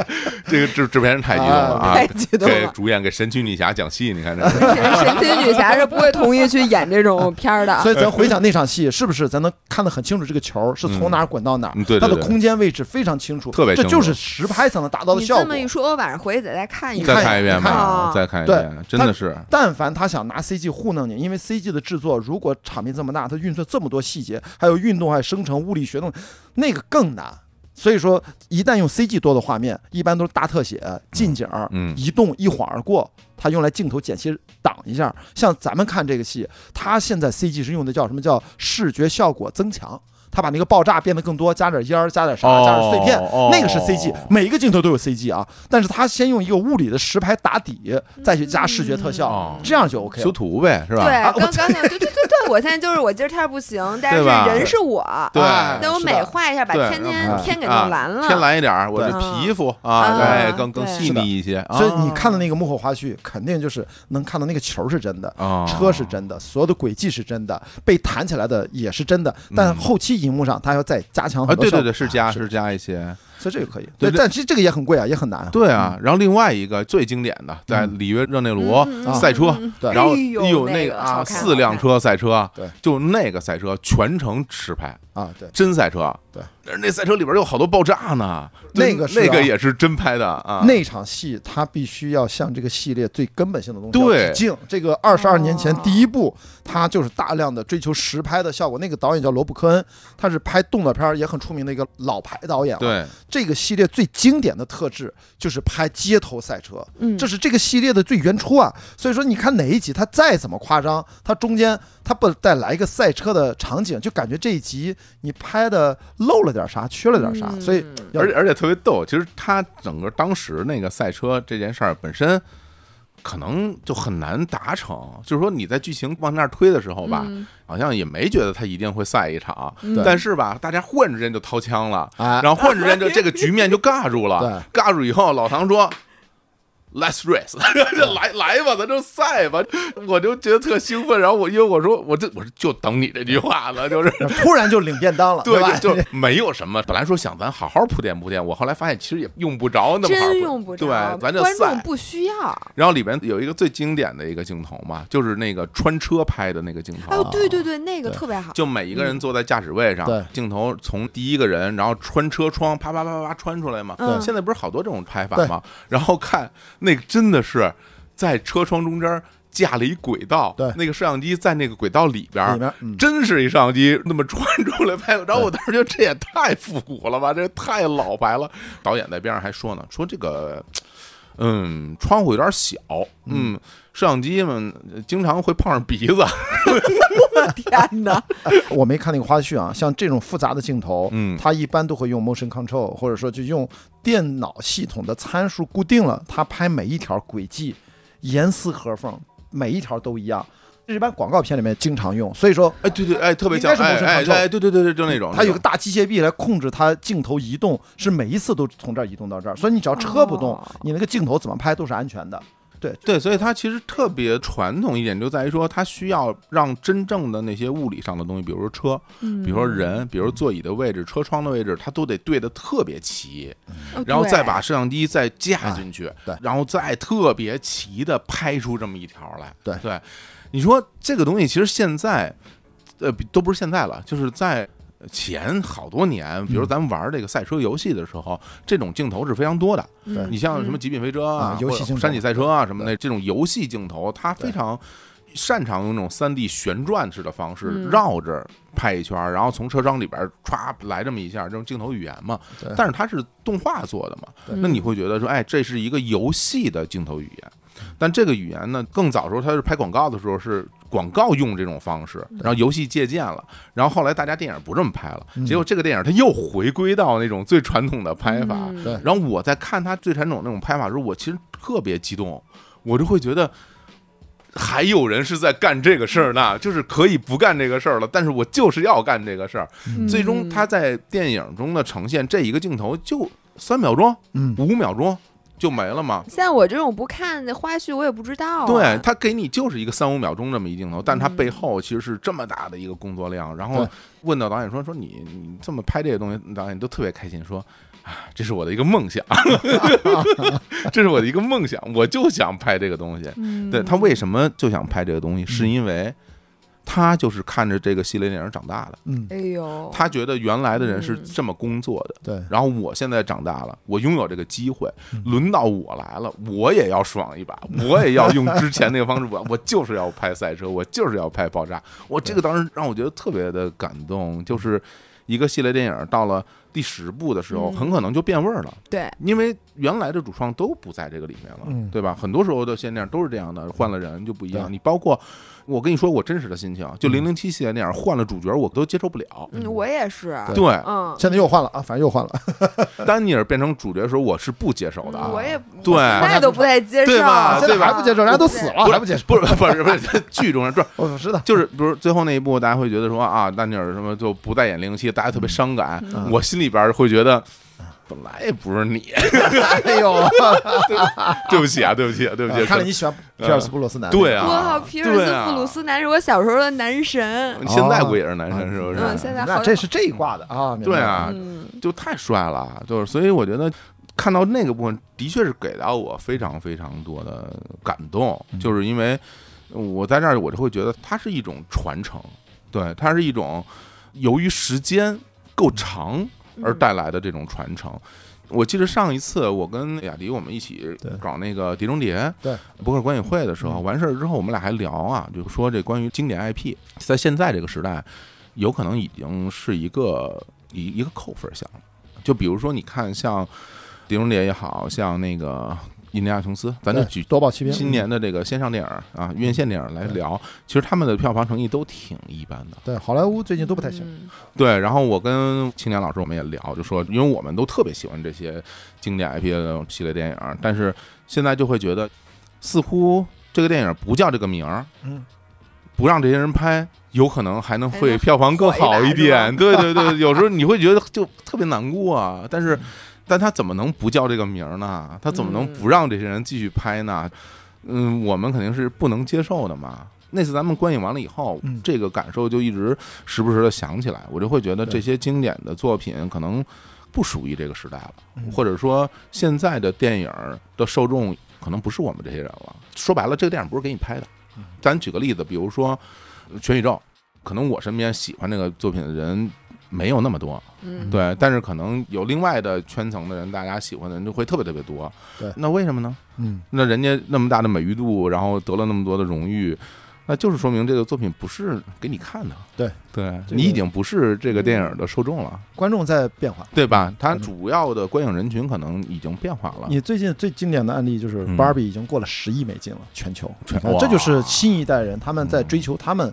Speaker 1: 这个制制片人太激动了啊！
Speaker 2: 啊太激动了
Speaker 1: 给主演给神奇女侠讲戏，你看这
Speaker 3: 哎
Speaker 1: 是。
Speaker 2: 神奇女侠是不会同意去演这种片儿的。啊
Speaker 3: 所以咱回想那场戏，是不是咱能看得很清楚这个球是从哪儿滚到哪儿
Speaker 1: 嗯？对对
Speaker 3: 它的
Speaker 1: 对
Speaker 3: 空间位置非常清楚，
Speaker 1: 特别
Speaker 3: 这
Speaker 1: 清
Speaker 3: 就
Speaker 1: 楚
Speaker 3: 是实拍才能达到的
Speaker 2: 你
Speaker 3: 效
Speaker 2: 这
Speaker 3: 果
Speaker 2: 么。一说，我晚上回去得再看一
Speaker 3: 你
Speaker 2: 看。
Speaker 1: 再看一遍
Speaker 3: 看
Speaker 1: 吧
Speaker 2: 啊，
Speaker 1: 再看一
Speaker 3: 对
Speaker 1: 遍，真的
Speaker 3: 他
Speaker 1: 是
Speaker 3: 但凡他想拿 CG 糊弄你，因为 CG 的制作，如果场面这么大，它运算这么多细节，还有运动、还有生成、物理学动，那个更难。所以说，一旦用 CG 多的画面，一般都是大特写、近景、
Speaker 1: 嗯
Speaker 3: 移动一晃而过，它用来镜头剪切挡一下。像咱们看这个戏，它现在 CG 是用的叫什么叫视觉效果增强。它把那个爆炸变得更多，加点烟儿，加点啥，
Speaker 1: 哦
Speaker 3: 加点碎片，
Speaker 1: 哦
Speaker 3: 那个是 CG，每一个镜头都有 CG 啊。但是它先用一个物理的实拍打底，
Speaker 2: 嗯
Speaker 3: 再去加视觉特效，
Speaker 1: 哦
Speaker 3: 这样就 OK
Speaker 1: 修
Speaker 3: 了。
Speaker 1: 图呗，是吧？
Speaker 2: 对，
Speaker 3: 啊我
Speaker 2: 刚刚才对对对对，我现在就是我今儿天儿不行，但是
Speaker 1: 对吧
Speaker 2: 人是我。
Speaker 1: 对
Speaker 3: 哎
Speaker 2: 那我
Speaker 3: 是的
Speaker 2: 美化一下，把
Speaker 1: 对
Speaker 2: 天
Speaker 1: 让
Speaker 2: 天
Speaker 3: 它
Speaker 2: 天给弄
Speaker 1: 啊
Speaker 2: 蓝了。
Speaker 1: 偏蓝一点儿，我
Speaker 3: 对
Speaker 1: 的皮肤啊，
Speaker 2: 啊
Speaker 1: 再更更
Speaker 2: 对
Speaker 1: 细腻一些。
Speaker 3: 所以你
Speaker 1: 啊
Speaker 3: 看的那个幕后花絮，肯定就是能看到那个球是真的，
Speaker 1: 哦
Speaker 3: 车是真的，所有的轨迹是真的，被弹起来的也是真的。但后期荧幕上，它要再加强
Speaker 1: 嗯啊，
Speaker 3: 很多
Speaker 1: 对
Speaker 3: 效果。
Speaker 1: 对对，是加
Speaker 3: 是
Speaker 1: 是加一些。
Speaker 3: 所以这个可以。
Speaker 1: 对
Speaker 3: 对，
Speaker 1: 对
Speaker 3: 但其实这个也很贵啊，也很难啊。
Speaker 1: 对啊，然后另外一个最经典的，在里约热内卢
Speaker 3: 嗯
Speaker 1: 赛车，
Speaker 3: 对
Speaker 1: 然后
Speaker 2: 哎呦
Speaker 1: 有
Speaker 2: 那
Speaker 1: 个
Speaker 2: 个
Speaker 1: 啊
Speaker 2: 好看
Speaker 1: 四辆车赛车
Speaker 3: 对，
Speaker 1: 就那个赛车全程实拍，
Speaker 3: 啊，对，
Speaker 1: 真赛车。
Speaker 3: 对，
Speaker 1: 那赛车里边有好多爆炸呢，
Speaker 3: 那个是啊
Speaker 1: 那个也是真拍的啊。
Speaker 3: 那场戏它必须要向这个系列最根本性的东西
Speaker 1: 对
Speaker 3: 要致敬。这个二十二年前
Speaker 2: 哦
Speaker 3: 第一部，它就是大量的追求实拍的效果。那个导演叫罗布·科恩，他是拍动作片儿也很出名的一个老牌导演。，啊
Speaker 1: 对，
Speaker 3: 这个系列最经典的特质就是拍街头赛车，
Speaker 2: 嗯
Speaker 3: 这是这个系列的最原初啊。所以说，你看哪一集它再怎么夸张，它中间它不再来一个赛车的场景，就感觉这一集你拍的漏了点啥，缺了点啥。
Speaker 2: 嗯
Speaker 3: 所以要
Speaker 1: 而且而且特别逗，其实他整个当时那个赛车这件事儿本身。可能就很难达成，就是说你在剧情往那儿推的时候吧，
Speaker 2: 嗯
Speaker 1: 好像也没觉得他一定会赛一场，
Speaker 3: 对
Speaker 1: 但是吧，大家忽然之间就掏枪了，
Speaker 3: 哎
Speaker 1: 然后忽然之间就这个局面就尬住了，尬住以后，老唐说。Let's race，就 [laughs] 来来吧，咱就赛吧，我就觉得特兴奋。然后我因为我说我这我是就等你这句话了，就是
Speaker 3: 突然就领便当了，吧？
Speaker 1: 对，就
Speaker 2: [laughs]
Speaker 1: 就没有什么。本来说想咱好好铺垫铺垫，我后来发现其实也用不着那么好好铺
Speaker 2: 真
Speaker 1: 垫
Speaker 2: 用不着，
Speaker 1: 对，咱就
Speaker 2: 观众
Speaker 1: 赛。
Speaker 2: 不需要。
Speaker 1: 然后里边有一个最经典的一个镜头嘛，就是那个穿车拍的那个镜头。
Speaker 2: 哎呦，对对对，那个
Speaker 3: 对
Speaker 2: 特别好。
Speaker 1: 哦就每一个人坐在驾驶位上，
Speaker 3: 对
Speaker 1: 镜头从第一个人，然后穿车窗，啪啪啪啪啪穿出来嘛。
Speaker 2: 对
Speaker 1: 现在不是好多这种拍法
Speaker 3: 对
Speaker 1: 吗？然后看那个真的是在车窗中间儿架了一轨道，
Speaker 3: 对
Speaker 1: 那个摄像机在那个轨道里边儿，
Speaker 3: 里面嗯
Speaker 1: 真是一摄像机那么穿出来拍。然后我当时觉得这也太复古了吧，这也太老牌了。导演在边上还说呢，说这个。嗯，窗户有点小，嗯，摄像机们经常会碰上鼻子，
Speaker 2: [laughs] 天哪，
Speaker 3: [laughs] 我没看那个花絮啊，像这种复杂的镜头，
Speaker 1: 嗯
Speaker 3: 它一般都会用 motion control，或者说就用电脑系统的参数固定了，它拍每一条轨迹严丝合缝，每一条都一样。这一般广告片里面经常用，所以说
Speaker 1: 哎，对对，哎，特别
Speaker 3: 应
Speaker 1: 像，
Speaker 3: 该是
Speaker 1: 哎哎
Speaker 3: motion control
Speaker 1: 哎，对对对对，就那种，
Speaker 3: 它有
Speaker 1: 那
Speaker 3: 个
Speaker 1: 种
Speaker 3: 大机械臂来控制它镜头移
Speaker 1: 嗯
Speaker 3: 动，是每一次都从这儿移动到这儿，所以你只要车不动
Speaker 2: 哦，
Speaker 3: 你那个镜头怎么拍都是安全的。对，
Speaker 1: 对，所以它其实特别传统一点，就在于说它需要让真正的那些物理上的东西，比如说车，比如说
Speaker 3: 嗯
Speaker 1: 人，比如说座椅的位置、车窗的位置，它都得对的特别齐，
Speaker 2: 哦
Speaker 1: [laughs] 然后再
Speaker 2: 对
Speaker 1: 把摄像机再架进去，
Speaker 3: 啊对
Speaker 1: 然后再特别齐的拍出这么一条来，
Speaker 3: 对
Speaker 1: 对，你说这个东西其实现在，呃，比都不是现在了，就是在。前好多年，
Speaker 3: 嗯
Speaker 1: 比如咱们玩这个赛车游戏的时候，这种镜头是非常多的。
Speaker 2: 嗯
Speaker 3: 对
Speaker 1: 你像什么《极品飞车》
Speaker 3: 啊
Speaker 1: 啊、
Speaker 3: 游戏
Speaker 1: 或者
Speaker 3: 镜头
Speaker 1: 山脊赛车啊什么的，这种游戏镜头，它非
Speaker 3: 对
Speaker 1: 常擅长用那种三 D 旋转式的方式
Speaker 2: 嗯
Speaker 1: 绕着拍一圈儿，然后从车窗里边儿歘来这么一下，这种镜头语言嘛。
Speaker 3: 对
Speaker 1: 但是它是动画做的嘛，
Speaker 3: 对
Speaker 1: 那你会觉得说，哎，这是一个游戏的镜头语言。但这个语言呢，更早时候它是拍广告的时候是广告用这种方式，
Speaker 3: 嗯
Speaker 1: 然后游戏借鉴了，然后后来大家电影不这么拍了，
Speaker 3: 嗯
Speaker 1: 结果这个电影它又回归到那种最传统的拍法。
Speaker 2: 嗯
Speaker 3: 对
Speaker 1: 然后我在看它最传统那种拍法的时候，我其实特别激动，我就会觉得。还有人是在干这个事儿呢，就是可以不干这个事儿了，但是我就是要干这个事儿。
Speaker 2: 嗯
Speaker 3: 嗯
Speaker 1: 最终他在电影中的呈现，这一个镜头就三秒钟，
Speaker 3: 嗯
Speaker 1: 五秒钟就没了嘛。
Speaker 2: 像我这种不看的花絮，我也不知道、啊。
Speaker 1: 对，他给你就是一个三五秒钟这么一镜头，但他
Speaker 2: 嗯
Speaker 1: 背后其实是这么大的一个工作量。然后
Speaker 3: 对
Speaker 1: 问到导演说：“说你你这么拍这些东西，导演都特别开心，说啊，这是我的一个梦
Speaker 2: [laughs]
Speaker 1: 想，这是我的一个梦想，我就想拍这个东西。”
Speaker 2: 嗯，
Speaker 1: 对他为什么就想拍这个东西，是因为他就是看着这个系列电影长大的，
Speaker 3: 嗯，
Speaker 2: 哎呦，
Speaker 1: 他觉得原来的人是
Speaker 2: 嗯
Speaker 1: 这么工作的。
Speaker 3: 对，
Speaker 1: 然后我现在长大了，我拥有这个机会，
Speaker 3: 嗯
Speaker 1: 轮到我来了，我也要爽一把，我也要用之前那个方式， [laughs] 我我就是要拍赛车，我就是要拍爆炸。我这个当时让我觉得特别的感动，就是一个系列电影到了第十部的时候，
Speaker 2: 嗯
Speaker 1: 很可能就变味儿了，
Speaker 2: 对，
Speaker 1: 因为原来的主创都不在这个里面了
Speaker 3: 嗯，
Speaker 1: 对吧？很多时候的现电影都是这样的，换了人就不一样。
Speaker 3: 对嗯
Speaker 1: 你包括我跟你说我真实的心情，就零零七系列电影换了主角，我都接受不了。
Speaker 2: 嗯，我也是，
Speaker 3: 对
Speaker 1: 对，
Speaker 2: 嗯，
Speaker 3: 现在又换了啊，反正又换了，
Speaker 1: 丹尼尔变成主角的时候，我是不接受的啊。
Speaker 2: 嗯我也
Speaker 1: 对
Speaker 2: 现在都不太接受，
Speaker 1: 对吧
Speaker 3: [laughs] 现在
Speaker 1: 啊对吧
Speaker 2: [laughs]
Speaker 3: 还不接受，人家都死了
Speaker 1: 不是
Speaker 3: 啊还不接哦受，
Speaker 1: 不是 [laughs] 不是不是剧中人， [laughs] 不是
Speaker 3: 我知道，
Speaker 1: 就是比如最后那一部，大家会觉得说啊，丹尼尔什么就不再演零零七，大家特别伤感。
Speaker 3: 嗯
Speaker 1: 我心里边会觉得。本来也不是你，
Speaker 3: 哎 [laughs] 呦，
Speaker 1: 对不起啊，对不起啊，对不起啊、
Speaker 3: 看来你喜欢皮尔斯布鲁斯南，
Speaker 1: 对
Speaker 2: 我
Speaker 1: 啊
Speaker 2: 靠，皮尔
Speaker 1: 对
Speaker 2: 斯
Speaker 1: 啊
Speaker 2: 布鲁斯南是我小时候的男神，
Speaker 1: 现在不也是男神是不是？
Speaker 2: 嗯，现在好
Speaker 3: 那这是这一挂的啊，明白
Speaker 1: 对啊，
Speaker 2: 嗯
Speaker 1: 就太帅了，就是所以我觉得看到那个部分的确是给到我非常非常多的感动，就是因为我在这儿我就会觉得它是一种传承，对，它是一种由于时间够长
Speaker 2: 嗯
Speaker 1: 而带来的这种传承。我记得上一次我跟雅迪我们一起
Speaker 3: 对
Speaker 1: 搞那个《碟中谍》
Speaker 3: 对嗯
Speaker 1: 博客观影会的时候，完事儿之后我们俩还聊啊，就说这关于经典 IP 在现在这个时代，有可能已经是一个一一个扣分项了。就比如说，你看像《碟中谍》也好像那个《印第安琼斯》，咱就
Speaker 3: 对嗯
Speaker 1: 举
Speaker 3: 夺宝奇兵，
Speaker 1: 今年的这个线上电影儿啊，院线电影儿来聊，其实他们的票房成绩都挺一般的。
Speaker 3: 对好莱坞最近都不太行，
Speaker 2: 嗯
Speaker 1: 对，然后我跟青年老师我们也聊，就说因为我们都特别喜欢这些经典 IP 的系列电影儿，但是现在就会觉得，似乎这个电影不叫这个名儿，
Speaker 3: 嗯，
Speaker 1: 不让这些人拍，有可能还能
Speaker 2: 还
Speaker 1: 会
Speaker 2: 能
Speaker 1: 票房更
Speaker 2: 火一
Speaker 1: 好
Speaker 2: 把
Speaker 1: 一
Speaker 2: 是
Speaker 1: 点。对对
Speaker 2: [laughs]
Speaker 1: 对，有时候你会觉得就特别难过啊，但
Speaker 2: 嗯
Speaker 1: 是，但他怎么能不叫这个名儿呢？他怎么能不让这些人继续拍呢？嗯，我们肯定是不能接受的嘛。那次咱们观影完了以后，
Speaker 3: 嗯
Speaker 1: 这个感受就一直时不时的想起来，我就会觉得
Speaker 3: 对
Speaker 1: 这些经典的作品可能不属于这个时代了，
Speaker 3: 嗯
Speaker 1: 或者说现在的电影的受众可能不是我们这些人了。说白了，这个电影不是给你拍的。
Speaker 3: 嗯
Speaker 1: 咱举个例子，比如说呃《全宇宙》，可能我身边喜欢这个作品的人没有那么多，
Speaker 2: 嗯，
Speaker 1: 对，但是可能有另外的圈层的人，大家喜欢的人就会特别特别多。
Speaker 3: 对
Speaker 1: 那为什么呢？
Speaker 3: 嗯，
Speaker 1: 那人家那么大的美誉度，然后得了那么多的荣誉，那就是说明这个作品不是给你看的。
Speaker 3: 对，
Speaker 1: 对
Speaker 3: 这个
Speaker 1: 你已经不是这个电影的受众了，
Speaker 3: 观众在变化。
Speaker 1: 对吧？它
Speaker 3: 嗯
Speaker 1: 主要的观影人群可能已经变化了。
Speaker 3: 你最近最经典的案例就是
Speaker 1: 啊嗯
Speaker 3: Barbie 已经过了十亿美金了，全球，
Speaker 1: 全
Speaker 3: 你看
Speaker 1: 哇嗯
Speaker 3: 这就是新一代人他们在追求他们，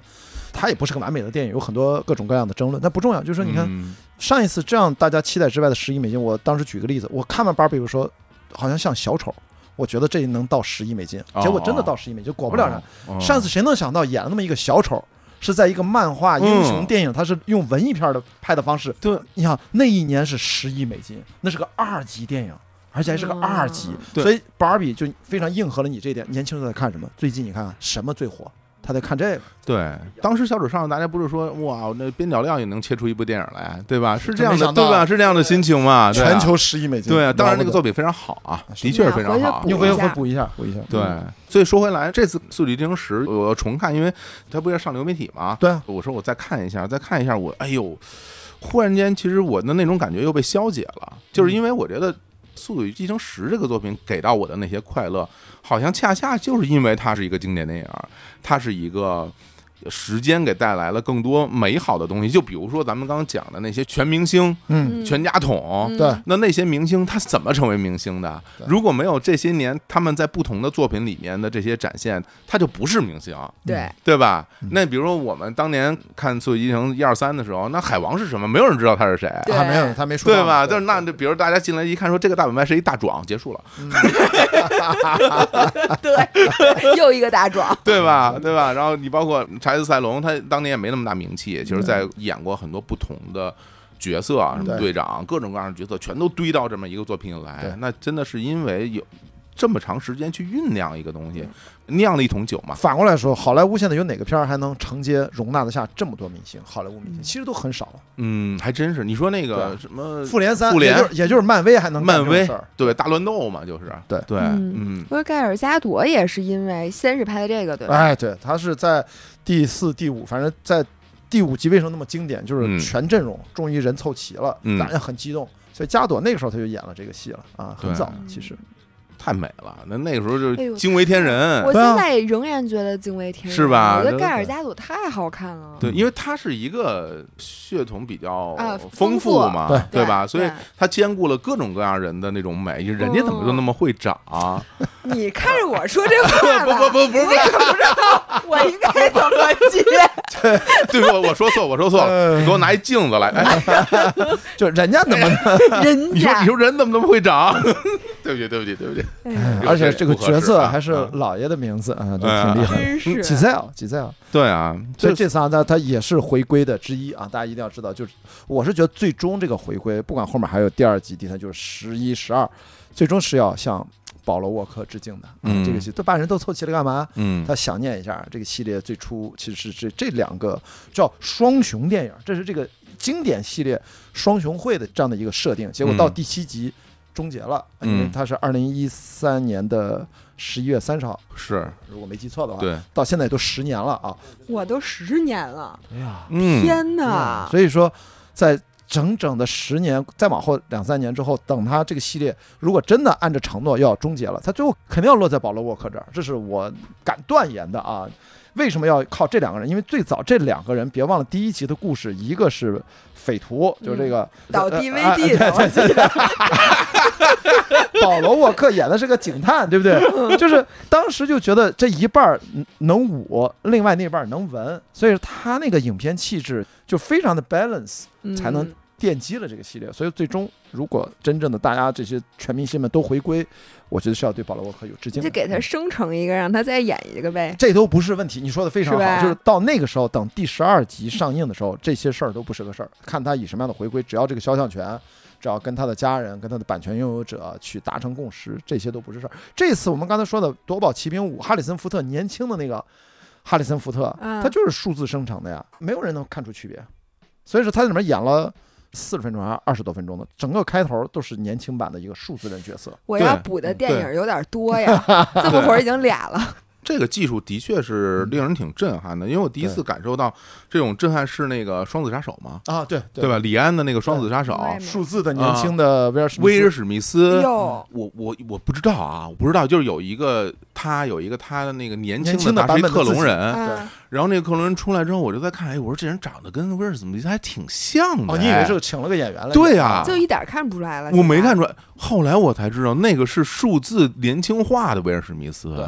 Speaker 3: 它也不是个完美的电影，有很多各种各样的争论，但不重要。就是说，你看
Speaker 1: 嗯
Speaker 3: 上一次这样大家期待之外的十亿美金，我当时举个例子，我看完 Barbie 我说好像像小丑，我觉得这能到十亿美金，
Speaker 1: 哦
Speaker 3: 结果真的到十亿美金，果不了人。
Speaker 1: 哦
Speaker 3: 上次谁能想到演了那么一个小丑，是在一个漫画
Speaker 1: 嗯
Speaker 3: 英雄电影，它是用文艺片的拍的方式。
Speaker 1: 对，
Speaker 3: 你想那一年是十亿美金，那是个二级电影。而且还是个
Speaker 2: 嗯
Speaker 3: 二级，
Speaker 1: 对
Speaker 3: 所以 Barbie 就非常应和了你这一点。年轻人都在看什么？最近你看看什么最火？他在看这个，
Speaker 1: 对，当时小丑上，大家不是说哇，那边角料也能切出一部电影来，对吧？是这样
Speaker 3: 真没
Speaker 1: 的，
Speaker 3: 想到
Speaker 1: 对吧？是这样的心情嘛？对啊
Speaker 3: 全球十亿美金。
Speaker 1: 对啊，当然那个
Speaker 3: 了
Speaker 1: 作品非常好啊，
Speaker 3: 是
Speaker 1: 的确是非常好
Speaker 2: 那回
Speaker 1: 啊
Speaker 2: 去。
Speaker 3: 不得，你
Speaker 2: 品
Speaker 3: 回回补一下，补一下。
Speaker 1: 对
Speaker 3: 嗯，
Speaker 1: 所以说回来，这次《速度与激情十》我重看，因为它不是要上流媒体嘛。
Speaker 3: 对啊，
Speaker 1: 我说我再看一下，再看一下，我哎呦，忽然间，其实我的那种感觉又被消解了，
Speaker 3: 嗯
Speaker 1: 就是因为我觉得《速度与激情十》这个作品给到我的那些快乐，好像恰恰就是因为它是一个经典电影，它是一个。时间给带来了更多美好的东西，就比如说咱们刚刚讲的那些全明星、
Speaker 3: 嗯，
Speaker 1: 全家桶，
Speaker 3: 对，
Speaker 1: 那那些明星他怎么成为明星的？
Speaker 3: 对
Speaker 1: 如果没有这些年他们在不同的作品里面的这些展现，他就不是明星，
Speaker 2: 对，
Speaker 1: 对吧？那比如说我们当年看《速度与激情》一二三的时候，那海王是什么？没有人知道他是谁。
Speaker 2: 对
Speaker 3: 他没有，他没说
Speaker 1: 对
Speaker 3: 到
Speaker 1: 吧？但是那，比如大家进来一看，说这个大本卖是一大壮，结束了，
Speaker 3: 嗯
Speaker 2: 对， [laughs] 又一个大壮，
Speaker 1: 对吧？对吧？然后你包括查嗯理斯·塞隆，他当年也没那么大名气，其实在演过很多不同的角色啊，什么
Speaker 3: 对
Speaker 1: 队长，各种各样的角色，全都堆到这么一个作品里来
Speaker 3: 对。
Speaker 1: 那真的是因为有这么长时间去酝酿一个东西，酿了一桶酒嘛。
Speaker 3: 反过来说，好莱坞现在有哪个片儿还能承接容纳得下这么多明星？好莱坞明星其实都很少了。
Speaker 1: 嗯，还真是。你说那个
Speaker 3: 对
Speaker 1: 什么
Speaker 3: 复联三，
Speaker 1: 复联
Speaker 3: 也就是也就是漫威还能
Speaker 1: 漫
Speaker 3: 干这种
Speaker 1: 威
Speaker 3: 事儿，
Speaker 1: 对大乱斗嘛，就是
Speaker 3: 对
Speaker 1: 对，
Speaker 2: 嗯
Speaker 1: 嗯，
Speaker 2: 不过盖尔加朵也是因为先是拍的这个，对吧？
Speaker 3: 哎，对，他是在第四、第五，反正在第五集为什么那么经典，就
Speaker 1: 嗯
Speaker 3: 是全阵容、终于人凑齐了，
Speaker 1: 嗯
Speaker 3: 大家很激动。所以加朵那个时候他就演了这个戏了啊，很
Speaker 1: 对
Speaker 3: 早
Speaker 2: 嗯
Speaker 3: 其实。
Speaker 1: 太美了。那那个时候
Speaker 2: 哎
Speaker 1: 就
Speaker 2: 呦
Speaker 1: 惊为天人。
Speaker 2: 我
Speaker 3: 对啊
Speaker 2: 现在仍然觉得敬畏天人
Speaker 1: 是吧
Speaker 2: 我觉得
Speaker 1: 对
Speaker 2: 盖尔加朵太好看了。
Speaker 1: 对，因为它是一个血统比较
Speaker 2: 啊
Speaker 1: 丰
Speaker 2: 丰
Speaker 1: 富
Speaker 2: 富
Speaker 1: 嘛，
Speaker 3: 对
Speaker 1: 对吧？所以
Speaker 2: 对哦
Speaker 1: 它兼顾了各种各样人的那种美，人家怎么就那么会长？
Speaker 2: 你看着我说这话
Speaker 1: 不
Speaker 2: 吧，
Speaker 1: [laughs] 不不，不是，不
Speaker 2: 我也不知道我应该怎么接。
Speaker 1: 是对不起，我说错，我说错了，
Speaker 3: 哎
Speaker 1: 你给我拿一镜子来。哎，
Speaker 3: 就人家
Speaker 1: [laughs]
Speaker 3: 怎么，
Speaker 2: 人
Speaker 1: 你说
Speaker 2: 家
Speaker 1: 你说人怎么那么会长？ [laughs] 对不起，对不起，对不起，
Speaker 2: 哎呀
Speaker 3: 而且这个角色还是
Speaker 1: 有点不合适啊嗯
Speaker 3: 老爷的名字啊，这挺厉害的。
Speaker 2: 真是
Speaker 3: 吉赛尔，吉赛尔，
Speaker 1: 对啊，
Speaker 3: 所以
Speaker 1: 这
Speaker 3: 这仨呢，它也是回归的之一啊，大家一定要知道。就是我是觉得最终这个回归，不管后面还有第二集、第三，就是十一、十二，最终是要向保罗沃克致敬的。啊
Speaker 1: 嗯
Speaker 3: 这个戏都把人都凑齐了，干嘛？
Speaker 1: 嗯
Speaker 3: 他想念一下这个系列最初其实是这这两个叫双雄电影，这是这个经典系列双雄会的这样的一个设定。结果到
Speaker 1: 嗯
Speaker 3: 第七集终结了，
Speaker 1: 嗯
Speaker 3: 因为它是二零一三年的十一月三十号，
Speaker 1: 是
Speaker 3: 如果没记错的话，
Speaker 1: 对，
Speaker 3: 到现在也都十年了啊！
Speaker 2: 我都十年了，
Speaker 3: 哎呀，
Speaker 1: 嗯，
Speaker 2: 天
Speaker 3: 啊，
Speaker 2: 哪！
Speaker 3: 所以说，在整整的十年，再往后两三年之后，等他这个系列如果真的按照承诺要终结了，他最后肯定要落在保罗沃克这儿，这是我敢断言的啊。为什么要靠这两个人？因为最早这两个人，别忘了第一集的故事，一个是匪徒，就是这个、
Speaker 2: 导
Speaker 3: 呃
Speaker 2: DVD
Speaker 3: 呃
Speaker 1: 啊
Speaker 2: 的，我记得
Speaker 3: 保罗沃克演的是个警探，对不对？就是当时就觉得这一半儿能舞，另外那半儿能文，所以他那个影片气质就非常的 balance。
Speaker 2: 嗯
Speaker 3: 才能奠基了这个系列。所以最终，如果真正的大家这些全明星们都回归，我觉得是要对保罗沃克有致敬
Speaker 2: 你
Speaker 3: 的。
Speaker 2: 就给他生成一个，让他再演一个呗。
Speaker 3: 这都不是问题，你说的非常
Speaker 2: 是吧
Speaker 3: 好。就是到那个时候，等第十二集上映的时候，这些事儿都不是个事儿。看他以什么样的回归，只要这个肖像权，只要跟他的家人、跟他的版权拥有者去达成共识，这些都不是事儿。这次我们刚才说的《夺宝奇兵五》，哈里森·福特年轻的那个哈里森·福特，
Speaker 2: 嗯
Speaker 3: 他就是数字生成的呀，没有人能看出区别。所以说他在里面演了。四十分钟还是二十多分钟的，整个开头都是年轻版的一个数字人角色。
Speaker 2: 我要
Speaker 1: 对
Speaker 2: 补的电影有点
Speaker 1: [laughs]
Speaker 2: 多呀，这么会儿已经俩了。
Speaker 1: 这个技术的确是
Speaker 3: 嗯
Speaker 1: 令人挺震撼的，因为我第一次感受到这种震撼是那个《双子杀手》嘛，
Speaker 3: 啊，对
Speaker 1: 对？吧？李安的那个《双子杀手》，
Speaker 2: 对
Speaker 3: 数字的年轻的威尔史密斯
Speaker 1: 威尔史密斯，
Speaker 2: 哟，
Speaker 1: 我我我不知道啊，我不知道，就是有一个他有一个他的那个年
Speaker 3: 年
Speaker 1: 轻
Speaker 3: 轻的
Speaker 1: 的，他是一
Speaker 3: 版本的
Speaker 1: 克隆
Speaker 3: 自己
Speaker 1: 人，
Speaker 2: 啊
Speaker 1: 然后那个克隆人出来之后，我就在看，哎，我说这人长得跟威尔史密斯还挺像的，
Speaker 3: 哦，你以为
Speaker 1: 哎
Speaker 3: 是请了个演员来？
Speaker 1: 对呀、
Speaker 2: 就一点看不出来了。
Speaker 1: 啊我没
Speaker 2: 现在
Speaker 1: 看出来，后来我才知道那个是数字年轻化的威尔史密斯啊
Speaker 3: 对。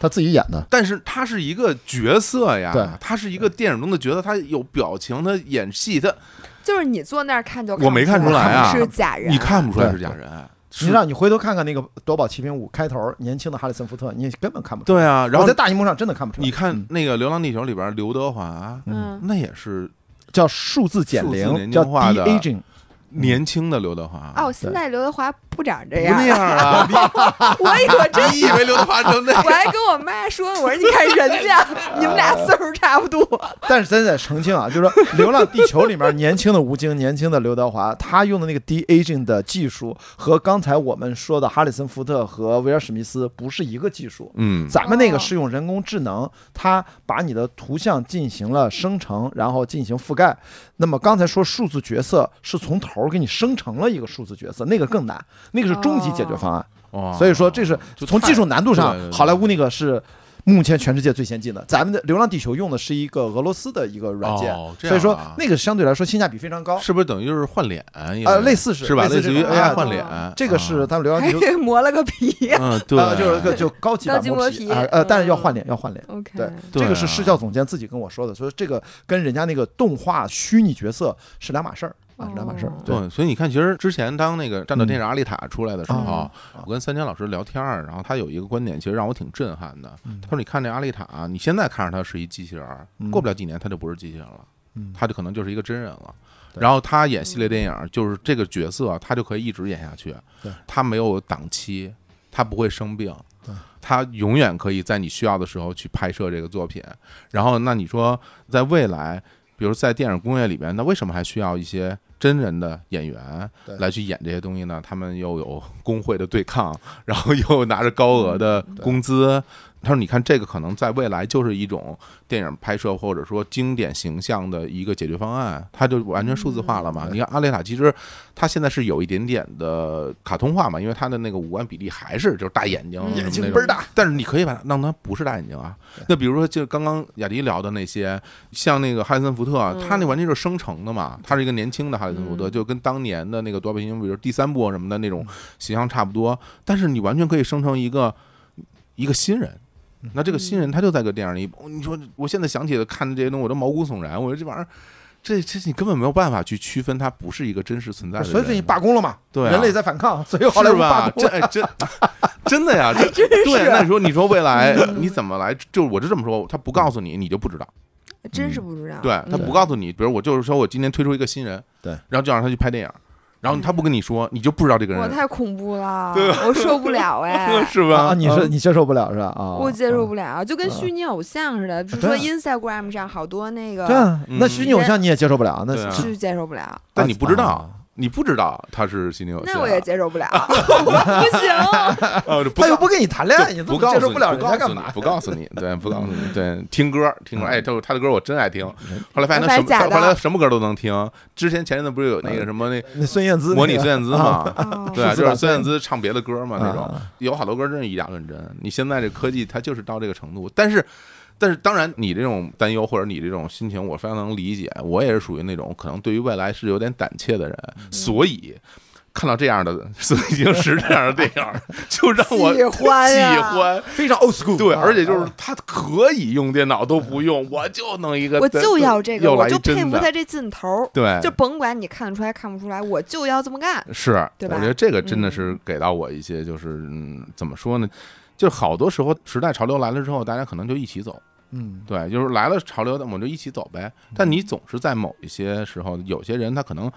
Speaker 3: 他自己演的。
Speaker 1: 但是他是一个角色呀，
Speaker 3: 对
Speaker 1: 他是一个电影中的角色，他有表情，他演戏，他
Speaker 2: 就是你坐那儿看就
Speaker 1: 我没看
Speaker 2: 看
Speaker 1: 出来啊
Speaker 2: 是假人，
Speaker 1: 你看不出来
Speaker 3: 对
Speaker 1: 是假人，
Speaker 3: 你
Speaker 1: 是
Speaker 3: 让你回头看看那个《夺宝奇兵五》开头，年轻的哈里森福特，你根本看不出来。
Speaker 1: 对啊。然
Speaker 3: 我
Speaker 1: 后
Speaker 3: 在大荧幕上真的看不出来。
Speaker 1: 你看
Speaker 3: 嗯
Speaker 1: 那个《流浪地球》里边刘德华，
Speaker 2: 嗯，
Speaker 1: 那也是
Speaker 3: 叫数字减
Speaker 1: 数字年
Speaker 3: 龄，
Speaker 1: 轻
Speaker 3: 叫
Speaker 1: 化
Speaker 3: de
Speaker 1: 的
Speaker 3: aging，
Speaker 1: 年轻的刘德华
Speaker 2: 哦，现在刘德华不长
Speaker 3: 哎
Speaker 2: 这
Speaker 1: 啊不
Speaker 2: 样
Speaker 1: 那
Speaker 2: 儿，
Speaker 1: 样
Speaker 3: [laughs]
Speaker 1: 哎啊！
Speaker 2: 我以为真。
Speaker 1: 你以为刘德华成那样？
Speaker 2: 我还跟我妈说，我说你看人家，你
Speaker 1: 啊
Speaker 2: 们俩岁数差不多，
Speaker 3: 但是咱得澄清啊，就是说《流浪地球》里面年轻的吴京、年轻的刘德华，他用的那个 de aging 的技术和刚才我们说的哈里森福特和威尔史密斯不是一个技术。
Speaker 1: 嗯，
Speaker 3: 咱们那个
Speaker 2: 哦
Speaker 3: 是用人工智能，它把你的图像进行了生成，然后进行覆盖。那么刚才说数字角色是从头儿给你生成了一个数字角色，那个更难，那个是终极解决方案。
Speaker 1: 哇
Speaker 3: 嗯所以说这是
Speaker 1: 哦就
Speaker 3: 从
Speaker 1: 太
Speaker 3: 技术难度
Speaker 1: 对对
Speaker 3: 上，
Speaker 1: 对
Speaker 3: 好莱坞那个是目前全世界最先进的。咱们的《流浪地球》用的是一个俄罗斯的一个软件，
Speaker 1: 哦这
Speaker 3: 所以说
Speaker 1: 样啊
Speaker 3: 那个相对来说性价比非常高。
Speaker 1: 是不是等于就是换脸？
Speaker 3: 呃类似是
Speaker 1: 是吧？
Speaker 3: 类似
Speaker 1: 类似于
Speaker 3: 这种
Speaker 1: AI
Speaker 3: 啊
Speaker 1: 换脸，
Speaker 3: 这个是他们《流浪
Speaker 2: 还
Speaker 3: 地球》
Speaker 2: 磨了
Speaker 1: [laughs]
Speaker 2: 个皮。
Speaker 1: 嗯， [laughs] 对，
Speaker 3: 呃，就是个就高级版
Speaker 2: 高级
Speaker 3: 磨
Speaker 2: 磨
Speaker 3: 皮，
Speaker 2: 皮
Speaker 3: 啊呃，但是要
Speaker 2: 嗯
Speaker 3: 换脸，要换脸。
Speaker 2: OK，
Speaker 3: 对
Speaker 1: 对
Speaker 3: 这个是
Speaker 1: 啊
Speaker 3: 视效总监自己跟我说的，所以这个跟人家那个动画虚拟角色是两码事儿啊，是两码事儿
Speaker 2: 哦。
Speaker 3: 对，
Speaker 1: 对，所以你看，其实之前当那个《战斗天使阿丽塔》出来的时
Speaker 3: 嗯
Speaker 1: 候
Speaker 2: 啊，
Speaker 1: 我跟三千老师聊天儿，然后他有一个观点，其实让我挺震撼的。
Speaker 3: 嗯
Speaker 1: 他说：“你看这阿丽塔，你现在看着她是一机器人儿
Speaker 3: 嗯，
Speaker 1: 过不了几年她就不是机器人了，
Speaker 3: 嗯
Speaker 1: 她就可能就是一个真人了。”
Speaker 3: 对
Speaker 1: 然后他演系列电影，就是这个角色，啊他就可以一直演下去
Speaker 3: 对。
Speaker 1: 他没有档期，他不会生病
Speaker 3: 对，
Speaker 1: 他永远可以在你需要的时候去拍摄这个作品。然后，那你说在未来，比如在电影工业里边，那为什么还需要一些真人的演员
Speaker 3: 对
Speaker 1: 来去演这些东西呢？他们又有工会的对抗，然后又拿着高额的
Speaker 3: 嗯对
Speaker 1: 工资。他说：“你看，这个可能在未来就是一种电影拍摄或者说经典形象的一个解决方案，它就完全数字化了嘛。
Speaker 3: 嗯对
Speaker 1: 你看阿丽塔，其实它现在是有一点点的卡通化嘛，因为它的那个五官比例还是就是大眼睛什么那种，
Speaker 3: 嗯眼睛倍儿大
Speaker 1: 但是你可以把它让它不是大眼睛啊
Speaker 3: 对。
Speaker 1: 那比如说，就刚刚雅迪聊的那些，像那个哈里森福特，啊
Speaker 2: 嗯
Speaker 1: 他那完全就是生成的嘛，他是一个年轻的哈里森福特，
Speaker 2: 嗯
Speaker 1: 就跟当年的那个多边形，比如第三部啊什么的那种
Speaker 3: 嗯
Speaker 1: 形象差不多。但是你完全可以生成一个一个新人。
Speaker 3: 嗯
Speaker 1: 那这个新人
Speaker 2: 嗯
Speaker 1: 他就在个电影里，哦你说我现在想起来看这些东西，我都毛骨悚然。我说这玩意儿，这这你根本没有办法去区分它不是一个真实存在的人。
Speaker 3: 哦所以最近罢工了嘛，
Speaker 1: 对啊
Speaker 3: 人类在反抗， [laughs] 所以后来
Speaker 1: 是
Speaker 3: 我们罢
Speaker 1: 吧？
Speaker 3: 工
Speaker 1: 这
Speaker 3: 了。
Speaker 1: 哎真真的呀，这
Speaker 2: [laughs] 真是嗯
Speaker 1: 对。那你说你说未来你怎么来？就是我就这么说，他不告诉你，你就不知道。
Speaker 2: 真是不知道。
Speaker 1: 对他
Speaker 2: 嗯
Speaker 1: 不告诉你，比如我就是说我今天推出一个新人，
Speaker 3: 对，
Speaker 1: 然后就让他去拍电影，然后他不跟你说，你就不知道这个
Speaker 2: 我
Speaker 1: 人，哦
Speaker 2: 太恐怖了
Speaker 1: 对，
Speaker 2: 我受不了
Speaker 1: [laughs]
Speaker 2: 哎。
Speaker 1: 是吧？
Speaker 3: 啊，
Speaker 1: 嗯
Speaker 3: 你是你接受不了是吧？啊，
Speaker 2: 我接受
Speaker 3: 啊。
Speaker 2: 不了，就跟虚拟偶像似的，就是说
Speaker 3: 对啊
Speaker 2: Instagram 上好多那
Speaker 3: 对
Speaker 2: 个
Speaker 3: 啊，
Speaker 1: 嗯
Speaker 3: 那虚拟偶像你也接受不了，那
Speaker 1: 对啊
Speaker 3: 是
Speaker 2: 是接受不了，
Speaker 1: 但你不知道
Speaker 3: 啊，
Speaker 1: 你不知道他嗯是啊心理有
Speaker 2: 那我也接受
Speaker 1: [laughs]
Speaker 2: 不了，我不行，
Speaker 1: 哦，就不
Speaker 3: 他又不跟你谈恋爱，你
Speaker 1: 就不
Speaker 3: 怎么
Speaker 1: 告
Speaker 3: 接
Speaker 1: 诉
Speaker 3: 受
Speaker 1: 你，
Speaker 3: 了
Speaker 1: 不
Speaker 3: 人家
Speaker 1: 告诉
Speaker 3: 干
Speaker 1: 你
Speaker 3: 嘛？，
Speaker 1: 不告诉你，对，不告诉你，对，听歌，听歌，哎，他他的歌我真爱听，后来发现他什
Speaker 2: 我发现
Speaker 1: 么，
Speaker 2: 假
Speaker 1: 他
Speaker 2: 的
Speaker 1: 后来什么歌都能听。之前前阵子不是有那个什么那
Speaker 3: 那孙燕姿那个
Speaker 1: 模拟孙燕姿嘛，
Speaker 2: 哦
Speaker 1: 对啊，就
Speaker 3: 数字
Speaker 1: 是
Speaker 3: 版
Speaker 1: 孙燕姿唱别的歌嘛，那种
Speaker 3: 啊
Speaker 1: 有好多歌真是以假乱真。你现在这科技它就是到这个程度，但是。但是当然，你这种担忧或者你这种心情，我非常能理解。我也是属于那种可能对于未来是有点胆怯的人，所以看到这样的《所以经石》这样的电影，就让我
Speaker 2: 喜欢呀
Speaker 1: 喜欢。
Speaker 3: 非常 old school。
Speaker 1: 对，
Speaker 3: 啊
Speaker 1: 而且就是
Speaker 2: 嗯
Speaker 1: 他可以用电脑都不用，我就弄一个，
Speaker 2: 我就要这个，
Speaker 1: 又来
Speaker 2: 我
Speaker 1: 一
Speaker 2: 就佩
Speaker 1: 真
Speaker 2: 服
Speaker 1: 的哎
Speaker 2: 他这劲头儿，
Speaker 1: 对，
Speaker 2: 就甭管你看得出来看不出来，我就要这么干。
Speaker 1: 是，
Speaker 2: 对
Speaker 1: 我
Speaker 2: 吧嗯
Speaker 1: 觉得这个真的是给到我一些，就是嗯，怎么说呢？就是好多时候时代潮流来了之后，大家可能就一起走，
Speaker 3: 嗯，
Speaker 1: 对，就是来了潮流，那我们就一起走呗。
Speaker 2: 嗯
Speaker 1: 但你总是在某一些时候，有些人他可能，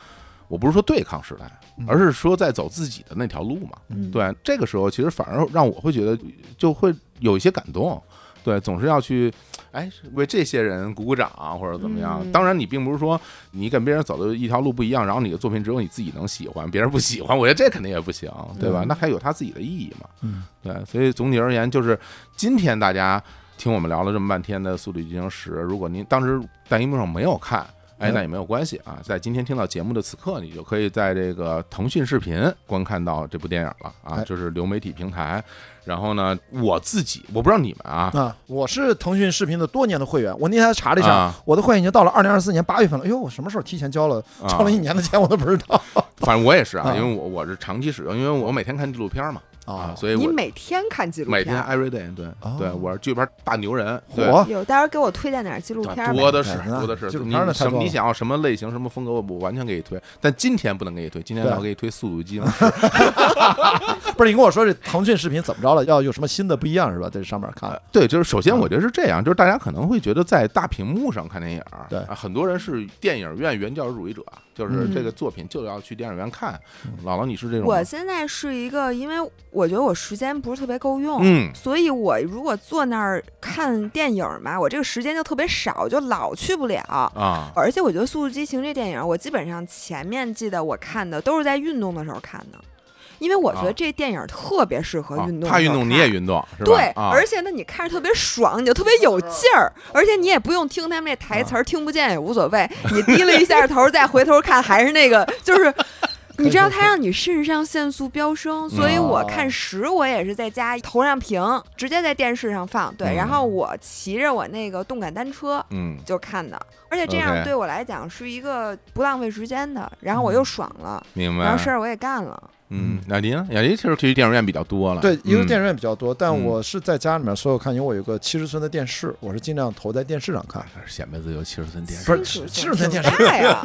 Speaker 1: 我不是说对抗时代，而是说在走自己的那条路嘛。
Speaker 2: 嗯，
Speaker 1: 对，这个时候其实反而让我会觉得就会有一些感动。对，总是要去，哎，为这些人鼓鼓掌或者怎么样。
Speaker 2: 嗯
Speaker 1: 当然，你并不是说你跟别人走的一条路不一样，然后你的作品只有你自己能喜欢，别人不喜欢，我觉得这肯定也不行，对吧？
Speaker 3: 嗯
Speaker 1: 那还有它自己的意义嘛。
Speaker 3: 嗯，
Speaker 1: 对，所以总体而言，就是今天大家听我们聊了这么半天的《速度与激情十》，如果您当时在荧幕上没有看。哎，
Speaker 3: 嗯
Speaker 1: 那也没有关系啊，在今天听到节目的此刻，你就可以在这个腾讯视频观看到这部电影了啊，
Speaker 3: 哎
Speaker 1: 就是流媒体平台。然后呢，我自己我不知道你们啊，
Speaker 3: 啊，我是腾讯视频的多年的会员，我那天还查了一下
Speaker 1: 啊，
Speaker 3: 我的会员已经到了二零二四年八月份了。哎呦，我什么时候提前交了？
Speaker 1: 啊
Speaker 3: 交了一年的钱我都不知道。
Speaker 1: [laughs] 反正我也是啊，
Speaker 3: 啊
Speaker 1: 因为我我是长期使用，因为我每天看纪录片嘛，啊，
Speaker 3: 啊，
Speaker 1: 所以
Speaker 2: 你
Speaker 1: 我
Speaker 2: 每天看纪录
Speaker 1: 每天
Speaker 2: 片？
Speaker 1: every day，对
Speaker 3: 哦
Speaker 1: 对，我是剧本大牛人，对。
Speaker 3: 火
Speaker 2: 有，待会儿给我推荐点纪录片
Speaker 1: 对
Speaker 2: 儿
Speaker 1: 多
Speaker 2: 呗。
Speaker 1: 的是
Speaker 3: 哎，那
Speaker 1: 多的是
Speaker 3: 纪。录
Speaker 1: 你
Speaker 3: 片儿那太
Speaker 1: 什
Speaker 3: 多
Speaker 1: 么？你
Speaker 3: 了
Speaker 1: 想要什么类型、什么风格，我我完全给你推。但今天不能给你推，今天
Speaker 3: 对
Speaker 1: 要给你推《速度与激情十》
Speaker 3: 啊不是你跟我说这腾讯视频怎么着了？要有什么新的不一样是吧？在这上面看
Speaker 1: 呃。对，就是首
Speaker 3: 嗯
Speaker 1: 先我觉得是这样，就是大家可能会觉得在大屏幕上看电影儿，
Speaker 3: 对
Speaker 1: 啊很多人是电影院原教旨主义者，就是
Speaker 2: 嗯
Speaker 1: 这个作品就要去电影院看。
Speaker 3: 嗯
Speaker 1: 姥姥，你是这种吗？
Speaker 2: 我现在是一个，因为我觉得我时间不是特别够用，
Speaker 1: 嗯
Speaker 2: 所以我如果坐那儿看电影嘛，我这个时间就特别少，就老去不了。
Speaker 1: 啊，
Speaker 2: 而且我觉得《速度与激情》这电影，我基本上前面记得我看的都是在运动的时候看的，因为我觉
Speaker 1: 啊
Speaker 2: 得这电影特别适合
Speaker 1: 啊
Speaker 2: 运动的时候看、
Speaker 1: 他运动你也运动是吧？
Speaker 2: 对，
Speaker 1: 啊
Speaker 2: 而且呢，你看着特别爽，你就特别有劲儿，而且你也不用听他们这台
Speaker 1: 啊
Speaker 2: 词儿，听不见也无所谓。你低了一下头，再回头看，还是那个，
Speaker 1: [laughs]
Speaker 2: 就是。你知道它让你肾上腺素飙升，所
Speaker 1: 嗯
Speaker 2: 以
Speaker 1: 哦
Speaker 2: 我看十我也是在家投上屏，直接在电视上放。对，
Speaker 1: 嗯
Speaker 2: 然后我骑着我那个动感单车
Speaker 1: 嗯，
Speaker 2: 就看的，而且这样
Speaker 1: OK 嗯
Speaker 2: 对我来讲是一个不浪费时间的，然后我又爽了，
Speaker 1: 明
Speaker 2: 然
Speaker 1: 白
Speaker 2: 后。事儿我也干了。
Speaker 1: 嗯，雅迪呢？雅迪其实去电影院比较多了。
Speaker 3: 对，一个
Speaker 1: 嗯
Speaker 3: 是电影院比较多，但
Speaker 1: 嗯
Speaker 3: 我是在家里面所有看，因为我有个七十寸的电视，我是尽量投在电视上看。
Speaker 1: 嗯显摆自由七十寸电视，
Speaker 3: 不是
Speaker 2: 真
Speaker 3: 是是
Speaker 2: 挺
Speaker 3: 在电视
Speaker 1: [laughs]
Speaker 2: 大呀，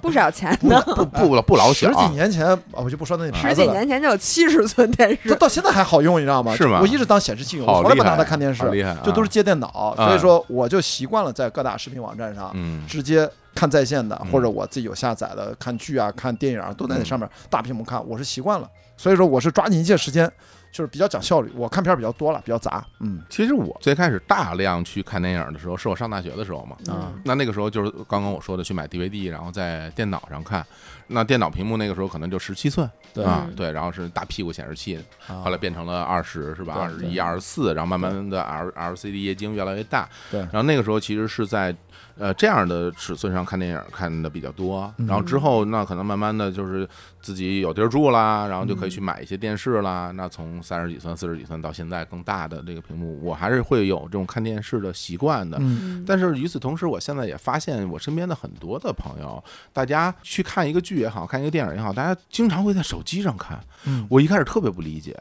Speaker 2: 不少钱
Speaker 1: 不不不不老小
Speaker 3: 十几年前，啊我就不说那牌
Speaker 2: 十
Speaker 3: 子
Speaker 2: 几
Speaker 3: 了，
Speaker 2: 年前就有七十寸电
Speaker 3: 它
Speaker 2: 视，
Speaker 3: 到现在还好用，你知道吗？
Speaker 1: 是吗
Speaker 3: 我一直当显示器用，
Speaker 1: 好
Speaker 3: 我从来不
Speaker 1: 厉害
Speaker 3: 拿它看电视
Speaker 1: 好，厉害啊，
Speaker 3: 就都是接电脑，所以说我就习惯了在各大视频网站上
Speaker 1: 嗯
Speaker 3: 直接看在线的，
Speaker 1: 嗯
Speaker 3: 或者我自己有下载的，看剧啊、看电影啊，都在那上面大屏幕看，我是习惯了。所以说，我是抓紧一切时间，就是比较讲效率。我看片儿比较多了，比较杂，嗯
Speaker 1: 其实我最开始大量去看电影的时候，是我上大学的时候
Speaker 2: 嗯
Speaker 1: 嘛。
Speaker 3: 啊
Speaker 1: 那那个时候就是刚刚我说的去买 DVD，然后在电脑上看。那电脑屏幕那个时候可能就十七寸
Speaker 3: 对
Speaker 1: 啊
Speaker 2: 嗯，
Speaker 1: 对，然后是大屁股显示器，
Speaker 3: 后
Speaker 1: 后来变成了二十是吧？二
Speaker 3: 对
Speaker 1: 十
Speaker 3: 对
Speaker 1: 一、二十四，然后慢慢的 L LCD 液晶越来越大。
Speaker 3: 对
Speaker 1: 然后那个时候其实是在呃这样的尺寸上看电影看的比较多，
Speaker 3: 嗯
Speaker 1: 然后之后那可能慢慢的就是自己有地儿住啦，然后就可以
Speaker 3: 嗯
Speaker 1: 去买一些电视啦。那从三十几寸、四十几寸到现在更大的这个屏幕，我还是会有这种看电视的习惯的。
Speaker 3: 嗯
Speaker 2: 嗯
Speaker 1: 但是与此同时，我现在也发现，我身边的很多的朋友，大家去看一个剧也好看一个电影也好，大家经常会在手机上看。
Speaker 3: 嗯
Speaker 1: 我一开始特别不理解，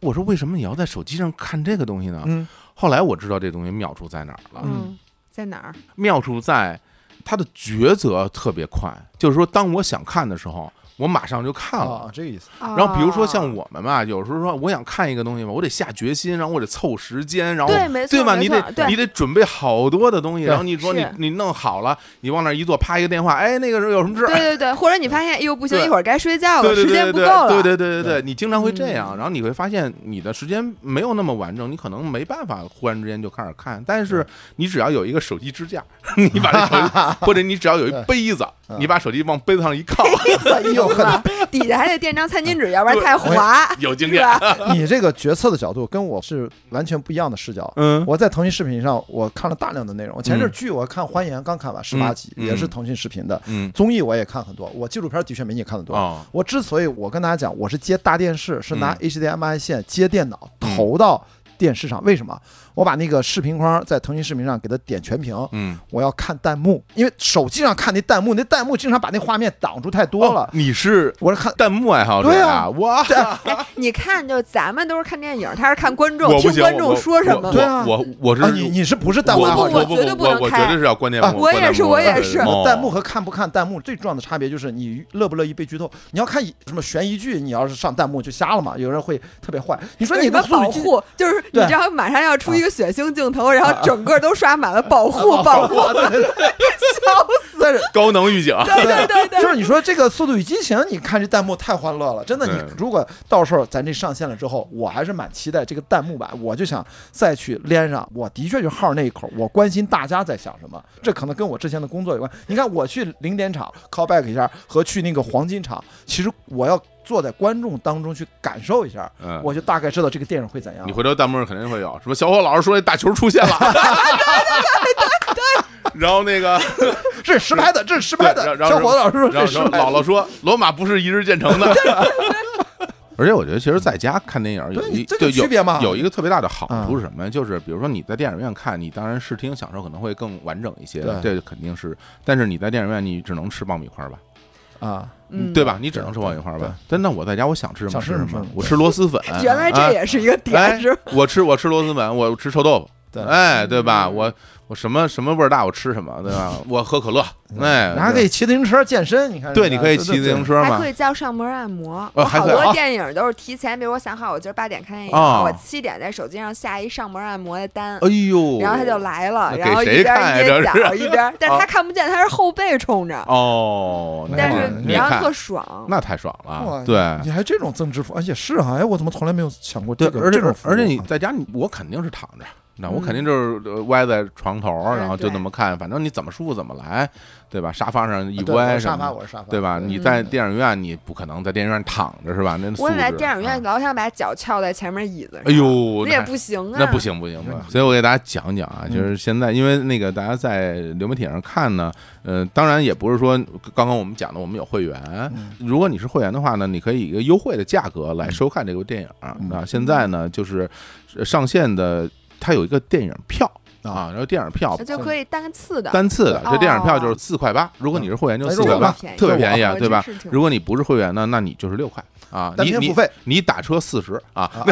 Speaker 1: 我说为什么你要在手机上看这个东西呢？
Speaker 3: 嗯
Speaker 1: 后来我知道这东西妙处在哪儿了，
Speaker 2: 嗯，在哪儿？
Speaker 1: 妙处在它的抉择特别快，就是说当我想看的时候，我马上就看了。
Speaker 3: 啊，这个意思。 [laughs]
Speaker 1: 然后比如说像
Speaker 2: 我，
Speaker 1: 我们吧，有时候说我想看一个东西吧，我得下决心，然后我得凑时间，然后
Speaker 2: 对，没错，
Speaker 1: 对吧？
Speaker 2: 没
Speaker 1: 你
Speaker 2: 错
Speaker 1: 得
Speaker 2: 对
Speaker 1: 你得准备好多的东西，
Speaker 3: 对
Speaker 1: 然后你说你
Speaker 2: 是
Speaker 1: 你弄好了，你往那儿一坐，啪一个电话，哎，那个时候有什么事儿？
Speaker 2: 对对对，或者你发现，哎呦不行，
Speaker 1: 对
Speaker 2: 一会儿该睡觉了，
Speaker 1: [laughs] 对对
Speaker 2: 时间
Speaker 1: 对对
Speaker 2: 不够了，
Speaker 1: 对对对对对，你经常会这
Speaker 2: 嗯
Speaker 1: 样，然后你会发现你的时间没有那么完整，你可能没办法忽然之间就开始看，但是你只要有一个手机支架， [laughs] 你把这手
Speaker 3: [laughs]
Speaker 1: 机，或者你只要有一杯子，
Speaker 3: 嗯
Speaker 1: 你把手机往杯子上一靠，
Speaker 3: 哎呦
Speaker 2: 是吧
Speaker 1: [laughs]
Speaker 3: 呵，
Speaker 2: 底下还得垫张餐巾纸，要不然太滑，
Speaker 1: 有经
Speaker 2: 是啊
Speaker 1: 验，
Speaker 2: 吧？
Speaker 3: 你这个决策的角度跟我是完全不一样的视角。
Speaker 1: 嗯，
Speaker 3: 我在腾讯视频上，我看了大量的内容。前阵儿剧我看《欢颜》，刚看完十八集，
Speaker 1: 嗯
Speaker 3: 也是腾讯视频的。
Speaker 1: 嗯
Speaker 3: 综艺我也看很多，我纪录片的确没你看的多。
Speaker 1: 哦，
Speaker 3: 我之所以我跟大家讲，我是接大电视，是拿
Speaker 1: 嗯
Speaker 3: HDMI 线接电脑
Speaker 1: 嗯
Speaker 3: 投到电视上。为什么？我把那个视频框在腾讯视频上给它点全屏，
Speaker 1: 嗯，
Speaker 3: 我要看弹幕，因为手机上看那弹幕，那弹幕经常把那画面挡住太多
Speaker 1: 哦
Speaker 3: 了。
Speaker 1: 你是
Speaker 3: 我是看
Speaker 1: 弹幕爱好者
Speaker 3: 对
Speaker 1: 啊，
Speaker 3: 啊
Speaker 1: 哇。
Speaker 2: 哎，你看，就咱们都是看电影，他是看观众，
Speaker 1: 我不
Speaker 2: 听
Speaker 1: 行，
Speaker 2: 观
Speaker 1: 我
Speaker 2: 众说什么
Speaker 1: 我。
Speaker 3: 对啊
Speaker 1: 我我我是
Speaker 3: 啊，你你是不是弹幕
Speaker 1: 我
Speaker 3: 爱好
Speaker 2: 不
Speaker 1: 我
Speaker 3: 者？
Speaker 1: 不
Speaker 2: 我绝对
Speaker 1: 不
Speaker 2: 不
Speaker 1: 我
Speaker 2: 能
Speaker 1: 我绝
Speaker 2: 看
Speaker 1: 对是要关键
Speaker 3: 啊
Speaker 1: 幕，
Speaker 2: 我
Speaker 1: 关
Speaker 2: 也
Speaker 1: 键
Speaker 2: 是
Speaker 1: 幕
Speaker 2: 我
Speaker 1: 对
Speaker 2: 也
Speaker 1: 对
Speaker 2: 是
Speaker 1: 对
Speaker 2: 我
Speaker 1: 哦
Speaker 3: 弹幕和看不看弹幕最重要的差别就是你乐不乐意被剧透。你要看什么悬疑剧，你要是上弹幕就瞎了嘛，有人会特别坏。你说
Speaker 2: 有
Speaker 3: 你
Speaker 2: 什么
Speaker 3: 的
Speaker 2: 保护？就是你
Speaker 3: 对
Speaker 2: 知道马上要出一
Speaker 1: 啊
Speaker 2: 个血腥镜头，然后整个都刷满了保护，保护，
Speaker 1: 啊
Speaker 3: 对
Speaker 2: [laughs]
Speaker 3: 对对
Speaker 2: 笑死！
Speaker 3: 但是
Speaker 1: 高能预警，
Speaker 2: 对对对对，
Speaker 3: [laughs] 就是你说这个《速度与激情》，你看这弹幕太欢乐了，真的。
Speaker 1: 对
Speaker 3: 你如果到时候咱这上线了之后，我还是蛮期待这个弹幕版，我就想再去连上。我的确就号那一口，我关心大家在想什么，这可能跟我之前的工作有关。你看我去零点场 call back 一下，和去那个黄金场，其实我要坐在观众当中去感受一下，
Speaker 1: 嗯，
Speaker 3: 我就大概知道这个电影会怎样
Speaker 1: 你。回头弹幕上肯定会有什么小伙老师说那大球出现了， [laughs] 对对对对，然后那个，
Speaker 3: 这是实拍的，这是实拍
Speaker 1: 对
Speaker 3: 的。
Speaker 1: 然后
Speaker 3: 小伙子老师说
Speaker 1: 然
Speaker 3: 这
Speaker 1: 后
Speaker 3: 是实
Speaker 1: 然后
Speaker 3: 拍的
Speaker 1: 姥姥说罗马不是一日建成的。 [laughs] 而且我觉得，其实在家看电影有
Speaker 3: 对
Speaker 1: 一
Speaker 3: 这
Speaker 1: 就
Speaker 3: 就
Speaker 1: 有
Speaker 3: 区别嘛
Speaker 1: 有一个特别大的嗯好处是什么呀？就是比如说你在电影院看，你当然视听享受可能会更完整一些，
Speaker 3: 对
Speaker 1: 这肯定是。但是你在电影院，你只能吃爆米花吧？
Speaker 3: 啊，
Speaker 2: 嗯，。
Speaker 1: 对吧？你只能吃爆米花
Speaker 3: 对对
Speaker 1: 吧？但那我在家我想吃什么
Speaker 3: 想吃
Speaker 1: 什
Speaker 3: 什么
Speaker 1: 么
Speaker 3: 对，
Speaker 1: 我吃螺蛳粉
Speaker 2: [laughs] 原来这
Speaker 1: 哎
Speaker 2: 也是一个
Speaker 1: 哎
Speaker 2: 点，是吧？
Speaker 1: 我吃我吃螺蛳粉，我吃臭豆腐。
Speaker 3: [laughs] 对
Speaker 2: 嗯
Speaker 1: 哎，对吧？我我什么什么味儿大，我吃什么，对吧？我喝可乐，哎，
Speaker 3: 你还可以骑自行车健身，你看
Speaker 1: 对，
Speaker 3: 人家
Speaker 1: 你可以骑自行，车
Speaker 2: 还
Speaker 1: 嘛
Speaker 2: 可，以叫上门按摩。
Speaker 1: 呃
Speaker 2: 我
Speaker 1: 还
Speaker 2: 好
Speaker 1: 可以啊
Speaker 2: 多电影都是提前，比如我想好我今儿八点看电影，
Speaker 1: 啊
Speaker 2: 我七点在手机上下一上门按摩的单。
Speaker 1: 哎呦，
Speaker 2: [laughs] 然后他就来了，
Speaker 1: 那
Speaker 2: 然后
Speaker 1: 给
Speaker 2: 一
Speaker 1: 谁
Speaker 2: 边
Speaker 1: 看呀
Speaker 2: 捏
Speaker 1: 这
Speaker 2: 脚
Speaker 1: 是 [laughs]
Speaker 2: 一边，但是他看不见，他是后背冲着，
Speaker 1: 哦，那
Speaker 2: 但
Speaker 1: 会儿
Speaker 2: 是
Speaker 1: 你也
Speaker 2: 然后
Speaker 1: 看
Speaker 2: 特爽。
Speaker 1: 那太爽了
Speaker 3: 哇，
Speaker 1: 对
Speaker 3: 对对对你还这种增值服务，哎也是哈，哎我怎么从来没有想过
Speaker 1: 啊对
Speaker 3: 这，个
Speaker 1: 而
Speaker 3: 这种啊
Speaker 1: 且
Speaker 3: 服务
Speaker 1: 而且你在家，你我肯定是躺着。那我肯定就是呃歪在床头，
Speaker 2: 嗯
Speaker 1: 然后就
Speaker 2: 对
Speaker 1: 那么看，反正你怎么舒服怎么来，对吧？沙发上一
Speaker 3: 啊对我
Speaker 1: 歪什
Speaker 3: 是沙
Speaker 1: 么的
Speaker 3: 发，我是沙发，
Speaker 1: 对吧？
Speaker 2: 嗯
Speaker 1: 你在电影院，你不可能在电影院躺着是吧？那
Speaker 2: 我
Speaker 1: 素
Speaker 2: 本来
Speaker 1: 质
Speaker 2: 电影
Speaker 1: 啊
Speaker 2: 院老想把脚翘在前面椅子上，
Speaker 1: 哎呦，
Speaker 2: 那也
Speaker 1: 那
Speaker 2: 不行啊，嗯
Speaker 1: 那不行不行不行，所以我给大家讲讲啊，就是现在，因为那个大家在流媒体上看呢，呃，当然也不是说刚刚我们讲的，我们有会
Speaker 2: 嗯
Speaker 1: 员，
Speaker 3: 嗯
Speaker 1: 如果你是会员的话呢，你可以以一个优惠的价格来收看这部电影啊
Speaker 3: 嗯。
Speaker 1: 那现在呢，就是上线的，它有一个电影票
Speaker 2: 哦
Speaker 3: 嗯
Speaker 1: 啊，然后电影票
Speaker 2: 那就可以单次的，
Speaker 1: 单次的，
Speaker 2: 哦
Speaker 1: 这电影票就是四块八，如果你是会员就
Speaker 3: 哎
Speaker 1: 四
Speaker 3: 这
Speaker 1: 块
Speaker 3: 么
Speaker 1: 八
Speaker 2: 便，宜
Speaker 1: 特别便宜啊，
Speaker 2: 我
Speaker 1: 对吧
Speaker 2: 真是？挺
Speaker 1: 如果你不是会员呢，那你就是六块啊，
Speaker 3: 单
Speaker 1: 你
Speaker 3: 天
Speaker 1: 你
Speaker 3: 付费
Speaker 1: 你打车四十啊，
Speaker 2: 啊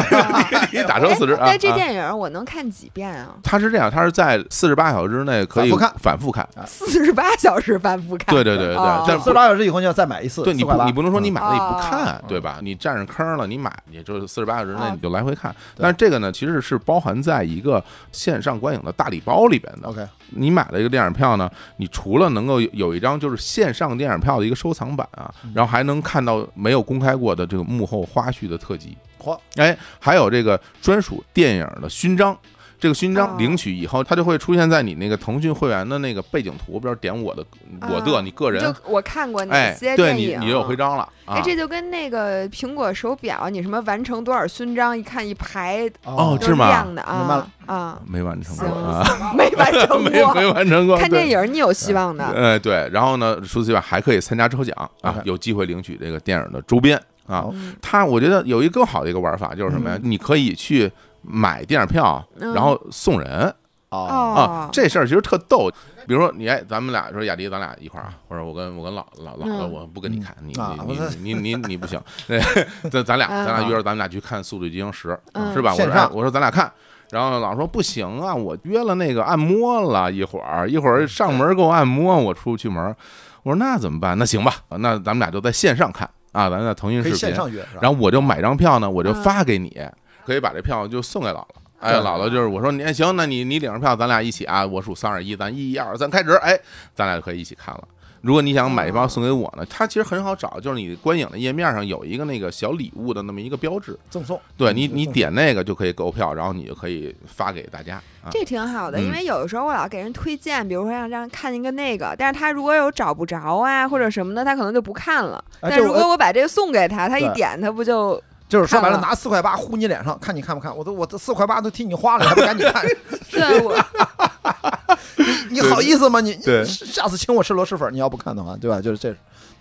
Speaker 1: 你 [laughs] 打车
Speaker 2: 哎
Speaker 1: 四十啊。
Speaker 2: 那这
Speaker 1: 啊
Speaker 2: 电影我能看几遍啊？
Speaker 1: 它是这样，它是在四十八小时之内可以
Speaker 3: 反复看
Speaker 1: 反复看
Speaker 2: 四十八小时反复看。
Speaker 1: 对对对对
Speaker 2: 哦
Speaker 1: 但
Speaker 3: 四十八小时以后你要再买一次，
Speaker 1: 对你不
Speaker 3: 480
Speaker 1: 你不能说你
Speaker 3: 嗯
Speaker 1: 买了你不
Speaker 3: 哦
Speaker 1: 看，对吧？你占着坑了，你买也就是四十八小时之内
Speaker 2: 哦
Speaker 1: 你就来回看。
Speaker 3: 对
Speaker 1: 但是这个呢，其实是包含在一个线上观影的大礼包里边的。
Speaker 3: OK，
Speaker 1: 你买了一个电影票呢，你除了能够有有一张就是线上电影票的一个收藏版啊，
Speaker 3: 嗯
Speaker 1: 然后还能看到没有公开过的这个幕后花絮的特辑，
Speaker 3: 嚯，
Speaker 1: 哎，还有这个专属电影的勋章。这个勋章
Speaker 2: 哦
Speaker 1: 领取以后，它就会出现在你那个腾讯会员的那个背景图，比如点我的我的
Speaker 2: 啊
Speaker 1: 你个人
Speaker 2: 就，我看过哪
Speaker 1: 哎
Speaker 2: 些，
Speaker 1: 对
Speaker 2: 电
Speaker 1: 你
Speaker 2: 影？
Speaker 1: 你就有徽章了啊
Speaker 2: 哎，。这就跟那个苹果手表，你什么完成多少勋章，一看一排
Speaker 3: 啊
Speaker 1: 哦
Speaker 2: 都
Speaker 1: 是
Speaker 2: 是
Speaker 1: 吗
Speaker 2: 亮的
Speaker 3: 明白
Speaker 2: 啊
Speaker 3: 了
Speaker 2: 啊，
Speaker 1: 没完成过
Speaker 2: 行
Speaker 1: 啊， [laughs]
Speaker 2: 没完成
Speaker 1: 没没
Speaker 2: 过。
Speaker 1: 完成过。
Speaker 2: 看
Speaker 1: 对
Speaker 2: 电影你有希望的，
Speaker 1: 呃，对，然后呢，除此之外还可以参加抽奖啊
Speaker 3: OK，
Speaker 1: 有机会领取这个电影的周边啊
Speaker 3: 好。
Speaker 2: 嗯
Speaker 1: 它我觉得有一个更好的一个玩法就是什么呀？你可以去买电影票，
Speaker 2: 嗯
Speaker 1: 然后送人
Speaker 3: 哦，
Speaker 1: 啊
Speaker 2: 哦，，
Speaker 1: 这事儿其实特逗。比如说你哎，咱们俩说雅迪，咱俩一块儿啊，或者我跟我跟老老老了，
Speaker 2: 嗯
Speaker 1: 我不跟你看，你
Speaker 3: 啊
Speaker 1: 你
Speaker 3: 不 [laughs]
Speaker 1: 你你你你不行， [laughs] 对，咱咱俩
Speaker 2: 嗯
Speaker 1: 咱俩约着咱们俩去看《速度与激情十》，
Speaker 2: 嗯
Speaker 1: 是吧？我说
Speaker 3: 线上
Speaker 1: 哎我说咱俩看。然后老说不行啊，我约了那个按摩了一会儿，一会儿上门给我按摩，我出不去门儿。我说那怎么办？那行吧，那咱们俩就在线上看啊，咱们在腾讯
Speaker 3: 可以
Speaker 1: 视频
Speaker 3: 线，上约是吧？
Speaker 1: 然后我就买张票呢，我就
Speaker 2: 嗯
Speaker 1: 发给你，可以把这票就送给姥姥。哎，
Speaker 3: 对
Speaker 1: 姥姥就是我说你哎行，那你你领着票，咱俩一起啊，我数三二一，咱一一二三开始，哎，咱俩就可以一起看了。如果你想买一包送给我呢，它其实很好找，就是你观影的页面上有一个那个小礼物的那么一个标志，
Speaker 3: 赠送，
Speaker 1: 对你
Speaker 3: 赠
Speaker 1: 你
Speaker 3: 送
Speaker 1: 点那个就可以购票，然后你就可以发给大家啊。
Speaker 2: 这挺好的，
Speaker 1: 嗯
Speaker 2: 因为有的时候我老给人推荐，比如说让让看一个那个，但是他如果有找不着啊或者什么的，他可能就不看了。
Speaker 3: 哎
Speaker 2: 但
Speaker 3: 这
Speaker 2: 如
Speaker 3: 我
Speaker 2: 果我把这个送给他，他一
Speaker 3: 对
Speaker 2: 点他不
Speaker 1: [laughs]
Speaker 2: 就
Speaker 3: 就是说白了
Speaker 2: 看了
Speaker 3: 拿四块八呼你脸上，看你看不看？我都我这四块八都替你花了，你还不
Speaker 1: [laughs]
Speaker 3: 赶紧看？
Speaker 2: 对我
Speaker 3: 你好意思吗？你
Speaker 1: 对
Speaker 3: 你下次请我吃螺蛳粉，你要不看的话，对吧？就是这，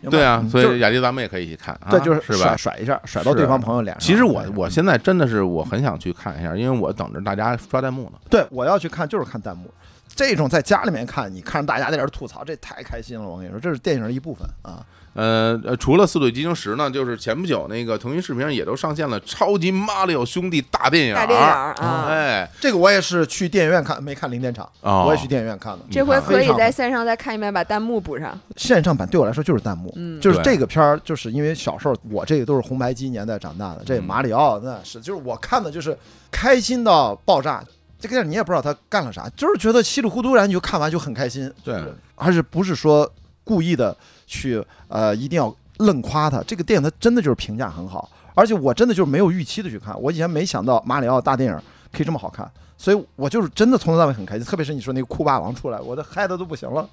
Speaker 3: 明白
Speaker 1: 对啊
Speaker 3: 嗯，
Speaker 1: 所
Speaker 3: 就是
Speaker 1: 以雅迪咱们也可以一起看啊，
Speaker 3: 对，就是
Speaker 1: 是吧
Speaker 3: 甩？甩一下，甩到
Speaker 1: 是啊
Speaker 3: 对方朋友脸上。
Speaker 1: 其实我
Speaker 3: 对嗯
Speaker 1: 我现在真的是我很想去看一下，因为我等着大家刷弹幕呢。
Speaker 3: 对我要去看就是看弹幕，这种在家里面看，你看着大家在那儿吐槽，这太开心了。我跟你说，这是电影的一部分啊。
Speaker 1: 呃呃，除了《速度与激情十》呢，就是前不久那个腾讯视频上也都上线了《超级马里奥兄弟》大电影儿，
Speaker 2: 大电影儿啊。
Speaker 1: 哎，
Speaker 3: 这个我也是去电影院看，没看零点场，
Speaker 1: 哦
Speaker 3: 我也去电影院看的。
Speaker 1: 你
Speaker 2: 这回
Speaker 1: 看
Speaker 2: 可
Speaker 3: 非
Speaker 2: 以
Speaker 3: 常
Speaker 2: 在
Speaker 3: 好
Speaker 2: 线上再看一遍，把弹幕补上。
Speaker 3: 线上版对我来说就是弹幕，
Speaker 2: 嗯
Speaker 3: 就是
Speaker 1: 对
Speaker 3: 这个片儿，就是因为小时候我这个都是红白机年代长大的，这
Speaker 1: 嗯
Speaker 3: 马里奥那是就是我看的就是开心到爆炸。这个电影你也不知道他干了啥，就是觉得稀里糊涂，然后你就看完就很开心。
Speaker 1: 对，
Speaker 3: 而且不是说故意的去呃一定要愣夸他，这个电影它真的就是评价很好，而且我真的就是没有预期的去看，我以前没想到马里奥大电影可以这么好看，所以我就是真的从头到尾很开心，特别是你说那个酷霸王出来，我都嗨的都不
Speaker 1: [laughs]
Speaker 3: 行了，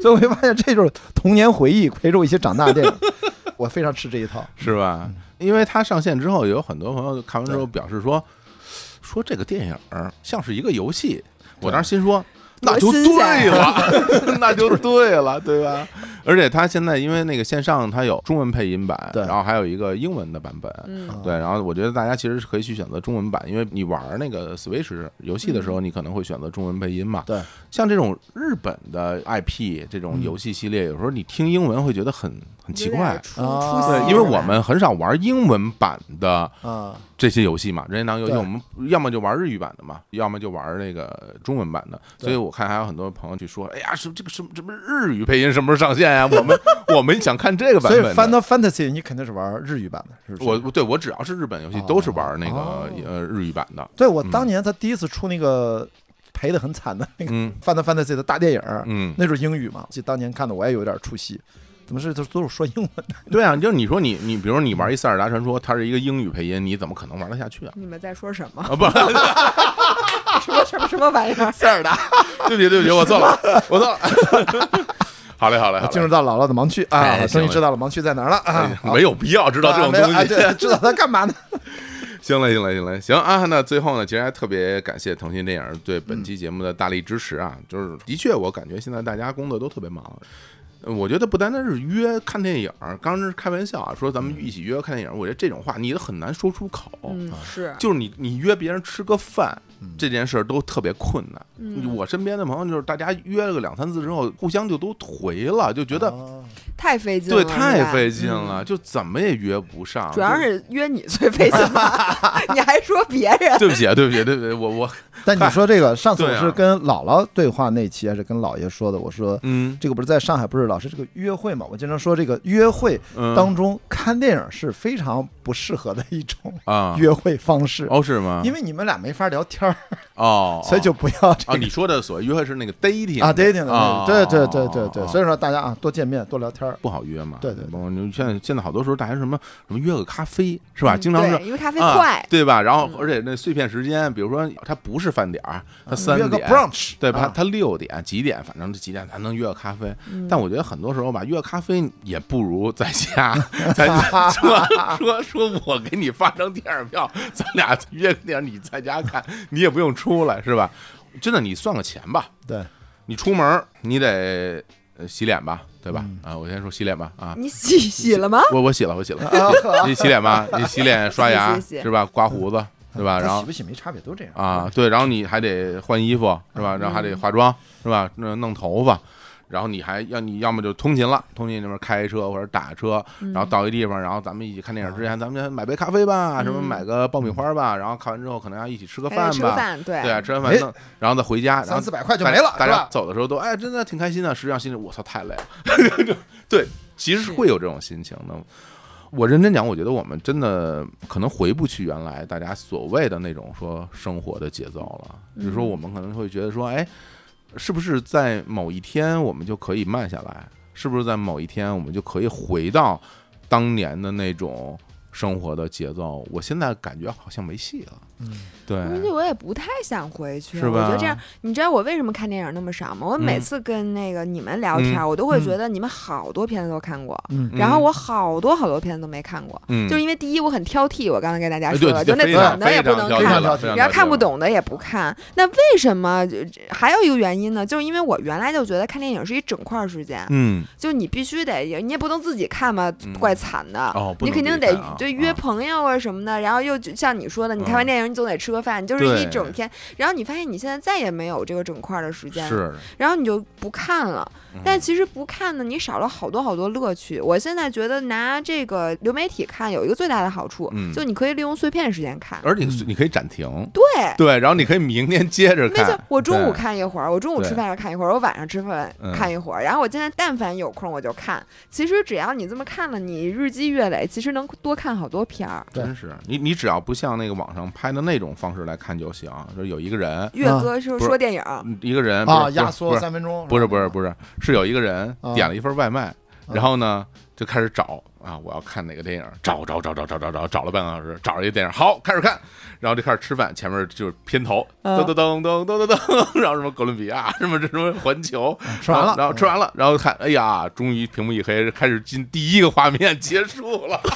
Speaker 3: 所以我就发现这就是童年回忆陪着我一起长大
Speaker 1: [laughs]
Speaker 3: 的电影，我非常吃这一套。啊
Speaker 1: 是吧？因为它上线之后，也有很多朋友看完之后表示说，说这个电影儿像是一个游戏。我当时心说。那就
Speaker 2: 多新鲜
Speaker 1: [laughs] 对了，那就对了，对吧？而且它现在因为那个线上它有中文配音版，
Speaker 3: 对
Speaker 1: 然后还有一个英文的版本，
Speaker 2: 嗯，
Speaker 1: 对，然后我觉得大家其实是可以去选择中文版，因为你玩那个 Switch 游戏的时候，你可能会选择中文配音嘛。
Speaker 3: 嗯对，嗯
Speaker 1: 像这种日本的 IP 这种游戏系列，有时候你听英文会觉得很很奇怪，
Speaker 2: 出
Speaker 3: 啊
Speaker 2: 出戏
Speaker 1: 对
Speaker 2: 了，
Speaker 1: 因为我们很少玩英文版的
Speaker 3: 啊，
Speaker 1: 这些游戏嘛，任天堂游戏
Speaker 3: 对
Speaker 1: 我们要么就玩日语版的嘛，要么就玩那个中文版的。
Speaker 3: 对
Speaker 1: 所以我看还有很多朋友去说，哎呀，什么这个什么什么日语配音什么时候上线呀、我们我们想看这个版
Speaker 3: 所以
Speaker 1: 本
Speaker 3: 《
Speaker 1: 的。
Speaker 3: Final Fantasy》你肯定是玩日语版的，是不是？
Speaker 1: 我对我只要是日本游戏
Speaker 3: 哦
Speaker 1: 都是玩那个、
Speaker 3: 哦
Speaker 1: 呃日语版的，
Speaker 3: 对我当年他第一次出那个赔的很惨的那个《
Speaker 1: 嗯
Speaker 3: Final Fantasy》的大电影，
Speaker 1: 嗯，
Speaker 3: 那时候英语嘛，记得当年看的我也有点出戏，怎么是都都是说英文的？
Speaker 1: 对啊，就是你说你你，比如说你玩一塞尔达传说，它是一个英语配音，你怎么可能玩得下去啊？
Speaker 2: 你们在说什么？
Speaker 1: 啊不， [laughs]
Speaker 2: 什么什么什么玩意儿？
Speaker 1: 塞尔达，对不起对不起，我错了，我错了。 [laughs] 好嘞好嘞，好嘞
Speaker 3: 进入到姥姥的盲区
Speaker 1: 哎
Speaker 3: 啊，
Speaker 1: 行
Speaker 3: 终于
Speaker 1: 了
Speaker 3: 知道了盲区在哪儿了啊
Speaker 1: 哎。啊没有必要知
Speaker 3: 知
Speaker 1: 道这种东西。
Speaker 3: 对，知道他干嘛呢？
Speaker 1: 行了，行了，行了，行啊！那最后呢，其实还特别感谢腾讯电影对本期节目的大力支持啊！就是的确，我感觉现在大家工作都特别忙。呃我觉得不单单是约看电影，刚是开玩笑啊，说咱们一起约看电影，我觉得这种话你都很难说出口。
Speaker 2: 嗯，是，
Speaker 1: 啊就是你你约别人吃个饭这件事儿都特别困难。
Speaker 2: 嗯
Speaker 1: 我身边的朋友就是大家约了个两三次之后，互相就都回了，就觉得、
Speaker 2: 哦太费劲了，
Speaker 1: 对太费
Speaker 2: 劲。
Speaker 1: 劲了，就怎么也约不上。
Speaker 2: 啊嗯主要
Speaker 1: 就是
Speaker 2: 约你最费劲吧，
Speaker 1: [laughs]
Speaker 2: 你还说别人，
Speaker 1: 对不起啊，对不起，对不起，我我
Speaker 3: 但你说这个，上次我
Speaker 1: 对啊
Speaker 3: 是跟姥姥对话那期，还是跟姥爷说的？我说
Speaker 1: 嗯
Speaker 3: 这个不是在上海，不是老是这个约会嘛？我经常说这个约会
Speaker 1: 嗯
Speaker 3: 当中看电影是非常不适合的一种
Speaker 1: 啊
Speaker 3: 约会方式，
Speaker 1: 哦是吗？
Speaker 3: 因为你们俩没法聊天儿，
Speaker 1: 哦，
Speaker 3: 所以就不要这
Speaker 1: 啊，
Speaker 3: 个
Speaker 1: 你说的所谓约会是那个 dating
Speaker 3: 啊 dating 的那
Speaker 1: 啊
Speaker 3: 个，对对对对对，所
Speaker 1: 以
Speaker 3: 以说大家啊多见面多聊天儿，
Speaker 1: 不好约嘛。
Speaker 3: 对对对
Speaker 1: 包括你现在现在好多时候大家什么什么约个咖啡是
Speaker 3: 嗯
Speaker 1: 吧？经常是
Speaker 2: 嗯对因为咖啡
Speaker 1: 啊
Speaker 2: 快，
Speaker 1: 对吧？然后而且那碎片时间，比如说它不是饭点儿，它三
Speaker 3: 嗯约
Speaker 1: 点
Speaker 3: 个 brunch，啊
Speaker 1: 对
Speaker 2: 啊
Speaker 1: 吧？
Speaker 3: 吧？
Speaker 1: 他六点几点，反正几点咱能约个咖啡。
Speaker 2: 嗯
Speaker 1: 但我觉得很多时候吧，约个咖啡也不如在家， [laughs] 在
Speaker 2: [laughs]
Speaker 1: 家说说说我给你发张电影票，咱俩约个电影，你在家看，你也不用出来，是吧？真的，你算个钱吧，
Speaker 3: 对，
Speaker 1: 你出门儿你得呃洗脸吧，对吧？
Speaker 2: 嗯
Speaker 1: 啊，我先说洗脸吧，啊，
Speaker 2: 你洗洗了吗？
Speaker 1: 我我洗了，我洗了，你洗脸吧，你洗脸刷牙
Speaker 2: 啊 [laughs] 洗洗洗
Speaker 1: 是吧？刮胡子对吧？
Speaker 3: 他
Speaker 1: 然后
Speaker 3: 洗不洗没差别，都这样
Speaker 1: 啊，，对，然后你还得换衣服是吧？然后还得化妆是吧？那弄头发，然后你还要你要么就通勤了，通勤那边开车或者打车，然后到一地方，然后咱们一起看电影之前，咱们先买杯咖啡吧，什么买个爆米花吧，然后看完之后可能要一起吃个
Speaker 2: 嗯还得
Speaker 1: 饭
Speaker 2: 吃个
Speaker 1: 吧。
Speaker 2: 饭，对
Speaker 1: 对啊，吃完饭弄，然后再回家，然后
Speaker 3: 哎三四百块就
Speaker 1: 大
Speaker 3: 没
Speaker 1: 家
Speaker 3: 了，
Speaker 1: 大
Speaker 3: 是
Speaker 1: 家
Speaker 3: 吧？
Speaker 1: 走的时候都哎，真的挺开心的。实际上心里我操太累了，
Speaker 3: [laughs]
Speaker 1: 对，其实会有这种心情的。我认真讲，我觉得我们真的可能回不去原来大家所谓的那种说生活的节奏了。比如说，
Speaker 3: 嗯
Speaker 1: 我们可能会觉得说，哎，是不是在某一天我们就可以慢下来？是不是在某一天我们就可以回到当年的那种生活的节奏？我现在感觉好像没戏了。
Speaker 3: 嗯，
Speaker 1: 对，
Speaker 2: 而且我也不太想回去，
Speaker 1: 是
Speaker 2: 我觉
Speaker 1: 吧
Speaker 2: 得这样，你知道我为什么看电影那么少吗？我每次跟那个你们聊天，
Speaker 1: 嗯
Speaker 2: 我都会觉得你们好多片子都看过，
Speaker 3: 嗯
Speaker 2: 然后我好多好多片子都没看过，
Speaker 1: 嗯，
Speaker 2: 就是因为第一我很挑剔，我刚才跟大家
Speaker 1: 哎
Speaker 2: 说
Speaker 1: 对
Speaker 2: 了，
Speaker 1: 对
Speaker 2: 就那
Speaker 1: 非
Speaker 2: 怎
Speaker 1: 常
Speaker 2: 么的也
Speaker 1: 非
Speaker 2: 不
Speaker 1: 常
Speaker 2: 能
Speaker 1: 挑剔
Speaker 2: 看
Speaker 1: 了，
Speaker 3: 看
Speaker 1: 非常
Speaker 2: 然
Speaker 1: 挑
Speaker 2: 后
Speaker 1: 剔
Speaker 2: 看不
Speaker 1: 了。
Speaker 2: 懂的也不看。那为什么？这这还有一个原因呢，就是因为我原来就觉得看电影是一整块儿时间，
Speaker 1: 嗯，
Speaker 2: 就是你必须得，你也不能自己看吧
Speaker 1: 嗯，
Speaker 2: 怪惨的。
Speaker 1: 哦不
Speaker 2: 你
Speaker 1: 能
Speaker 2: 肯
Speaker 1: 自
Speaker 2: 定
Speaker 1: 己
Speaker 2: 得
Speaker 1: 看啊
Speaker 2: 就约
Speaker 1: 啊
Speaker 2: 朋友啊什么的，然后又就像你说的，你看完
Speaker 1: 嗯
Speaker 2: 电影你总得吃个饭，就是
Speaker 1: 对
Speaker 2: 一整天。然后你发现你现在再也没有这个整块儿的时间，
Speaker 1: 是，
Speaker 2: 然后你就不看了。但
Speaker 1: 嗯
Speaker 2: 其实不看呢，你少了好多好多乐趣。我现在觉得拿这个流媒体看有一个最大的好处，
Speaker 1: 嗯
Speaker 2: 就你可以利用碎片时间看。
Speaker 1: 而且你可以暂停，
Speaker 2: 对，
Speaker 1: 对，然后你可以明天接着
Speaker 2: 没错
Speaker 1: 看。，
Speaker 2: 我中午
Speaker 1: 对，
Speaker 2: 看一会儿，我中午吃饭时候看一会儿，我晚上吃饭
Speaker 1: 嗯
Speaker 2: 看一会儿，然后我现在但凡有空我就看。其实只要你这么看了，你日积月累，其实能多看好多片儿。
Speaker 3: 对
Speaker 1: 真是你你只要不像那个网上拍的那种方式来看就行，就是有一个人，
Speaker 2: 岳
Speaker 3: 啊
Speaker 2: 哥是
Speaker 1: 不是嗯
Speaker 2: 说电影，
Speaker 1: 一个人
Speaker 3: 啊，
Speaker 1: 不是
Speaker 3: 压
Speaker 1: 不
Speaker 3: 缩
Speaker 1: 是
Speaker 3: 三分钟，
Speaker 1: 不是不
Speaker 3: 吧
Speaker 1: 是不是是有一个人
Speaker 3: 啊
Speaker 1: 点了一份外卖，然后呢就开始找啊，我要看哪个电影，找找找找找找找找了半个小时，找了一个电影，好开始看，然后就开始吃饭，前面就是片头，
Speaker 2: 啊
Speaker 1: 噔噔噔噔噔噔噔， [laughs] 然后什么哥伦比亚，什么这什么环球，
Speaker 3: 吃完了，
Speaker 1: 然后然后吃完了，然后看，哎呀，终于屏幕一黑，开始进第一个画面，结束了。 [laughs]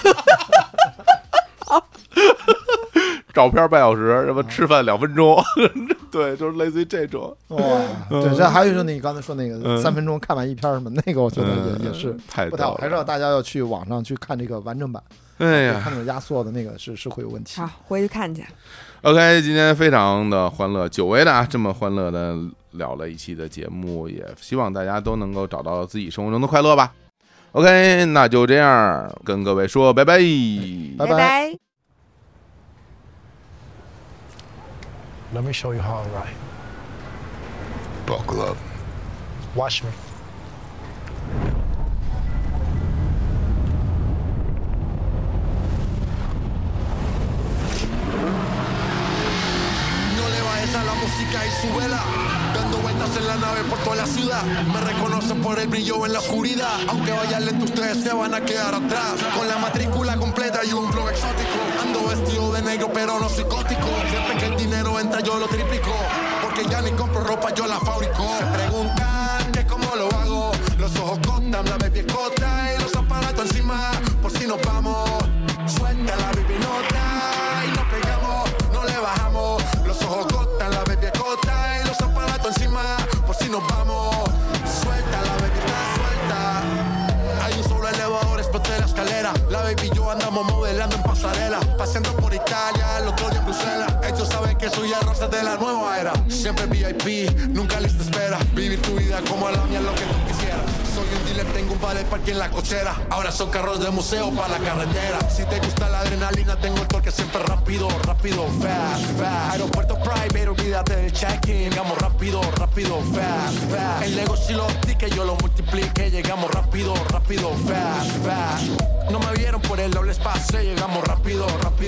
Speaker 1: 照片半小时，
Speaker 3: 啊
Speaker 1: 什么吃饭两分钟， [laughs] 对，就是类似于这种，
Speaker 3: 嗯哇，
Speaker 1: 嗯
Speaker 3: 对，这还有就是你刚才说那个三分钟看完一篇什么，那个我觉得也也是
Speaker 1: 嗯太
Speaker 3: 不太好，
Speaker 1: 逗
Speaker 3: 还是
Speaker 1: 了
Speaker 3: 要大家要去网上去看这个完整版，
Speaker 1: 哎
Speaker 3: 对
Speaker 1: 呀
Speaker 3: 看那种压缩的那个是是会有问题
Speaker 2: 好。，回去看去。
Speaker 1: ，OK，今天非常的欢乐，久违的啊，这么欢乐的聊了一期的节目，也希望大家都能够找到自己生活中的快乐吧。OK，那就这样跟各位说拜拜，
Speaker 3: 拜
Speaker 2: 拜拜
Speaker 4: Let me show you how I ride.
Speaker 5: Buckle up.
Speaker 4: Watch me.
Speaker 5: No le bajes a la música y súbela. Dando vueltas en la nave por toda la ciudad. Me reconocen por el brillo en la oscuridad. Aunque vaya lento, ustedes se van a quedar atrás. Con la matrícula completa y un flow exótico. Ando vestido de negro, pero no psicótico. Siempre que el dinero entra, yo lo triplico. Porque ya ni compro ropa, yo la fabrico. Se preguntan que cómo lo hago. Los ojos contan, la baby es cota y los aparatos encima. Por si nos vamos, suelta la baby nota y nos pegamos. No le bajamos, los ojos cortan, la baby acota y los aparatos encima, por si nos vamos. Suelta, la baby está suelta. Hay un solo elevador, exploté la escalera. La baby y yo andamos modelando en pasarela. Paseando por Italia, el otro día en Bruselas. Ellos saben que soy el rosa de la nueva era. Siempre VIP, nunca lista espera. Vivir tu vida como la mía, lo que tú quisieras. Soy un dealer, tengo un ballet parque en la cochera. Ahora son carros de museo para la carretera. Si te gusta la adrenalina, tengo el torque siempre rápido, rápido, fast, fast. Aeropuerto private, olvídate del check-in. Llegamos rápido, rápido, fast, fast. El negocio y los tickets yo lo multiplique. Llegamos rápido, rápido, fast, fast. No me vieron por el doble espacio. Llegamos rápido, rápido.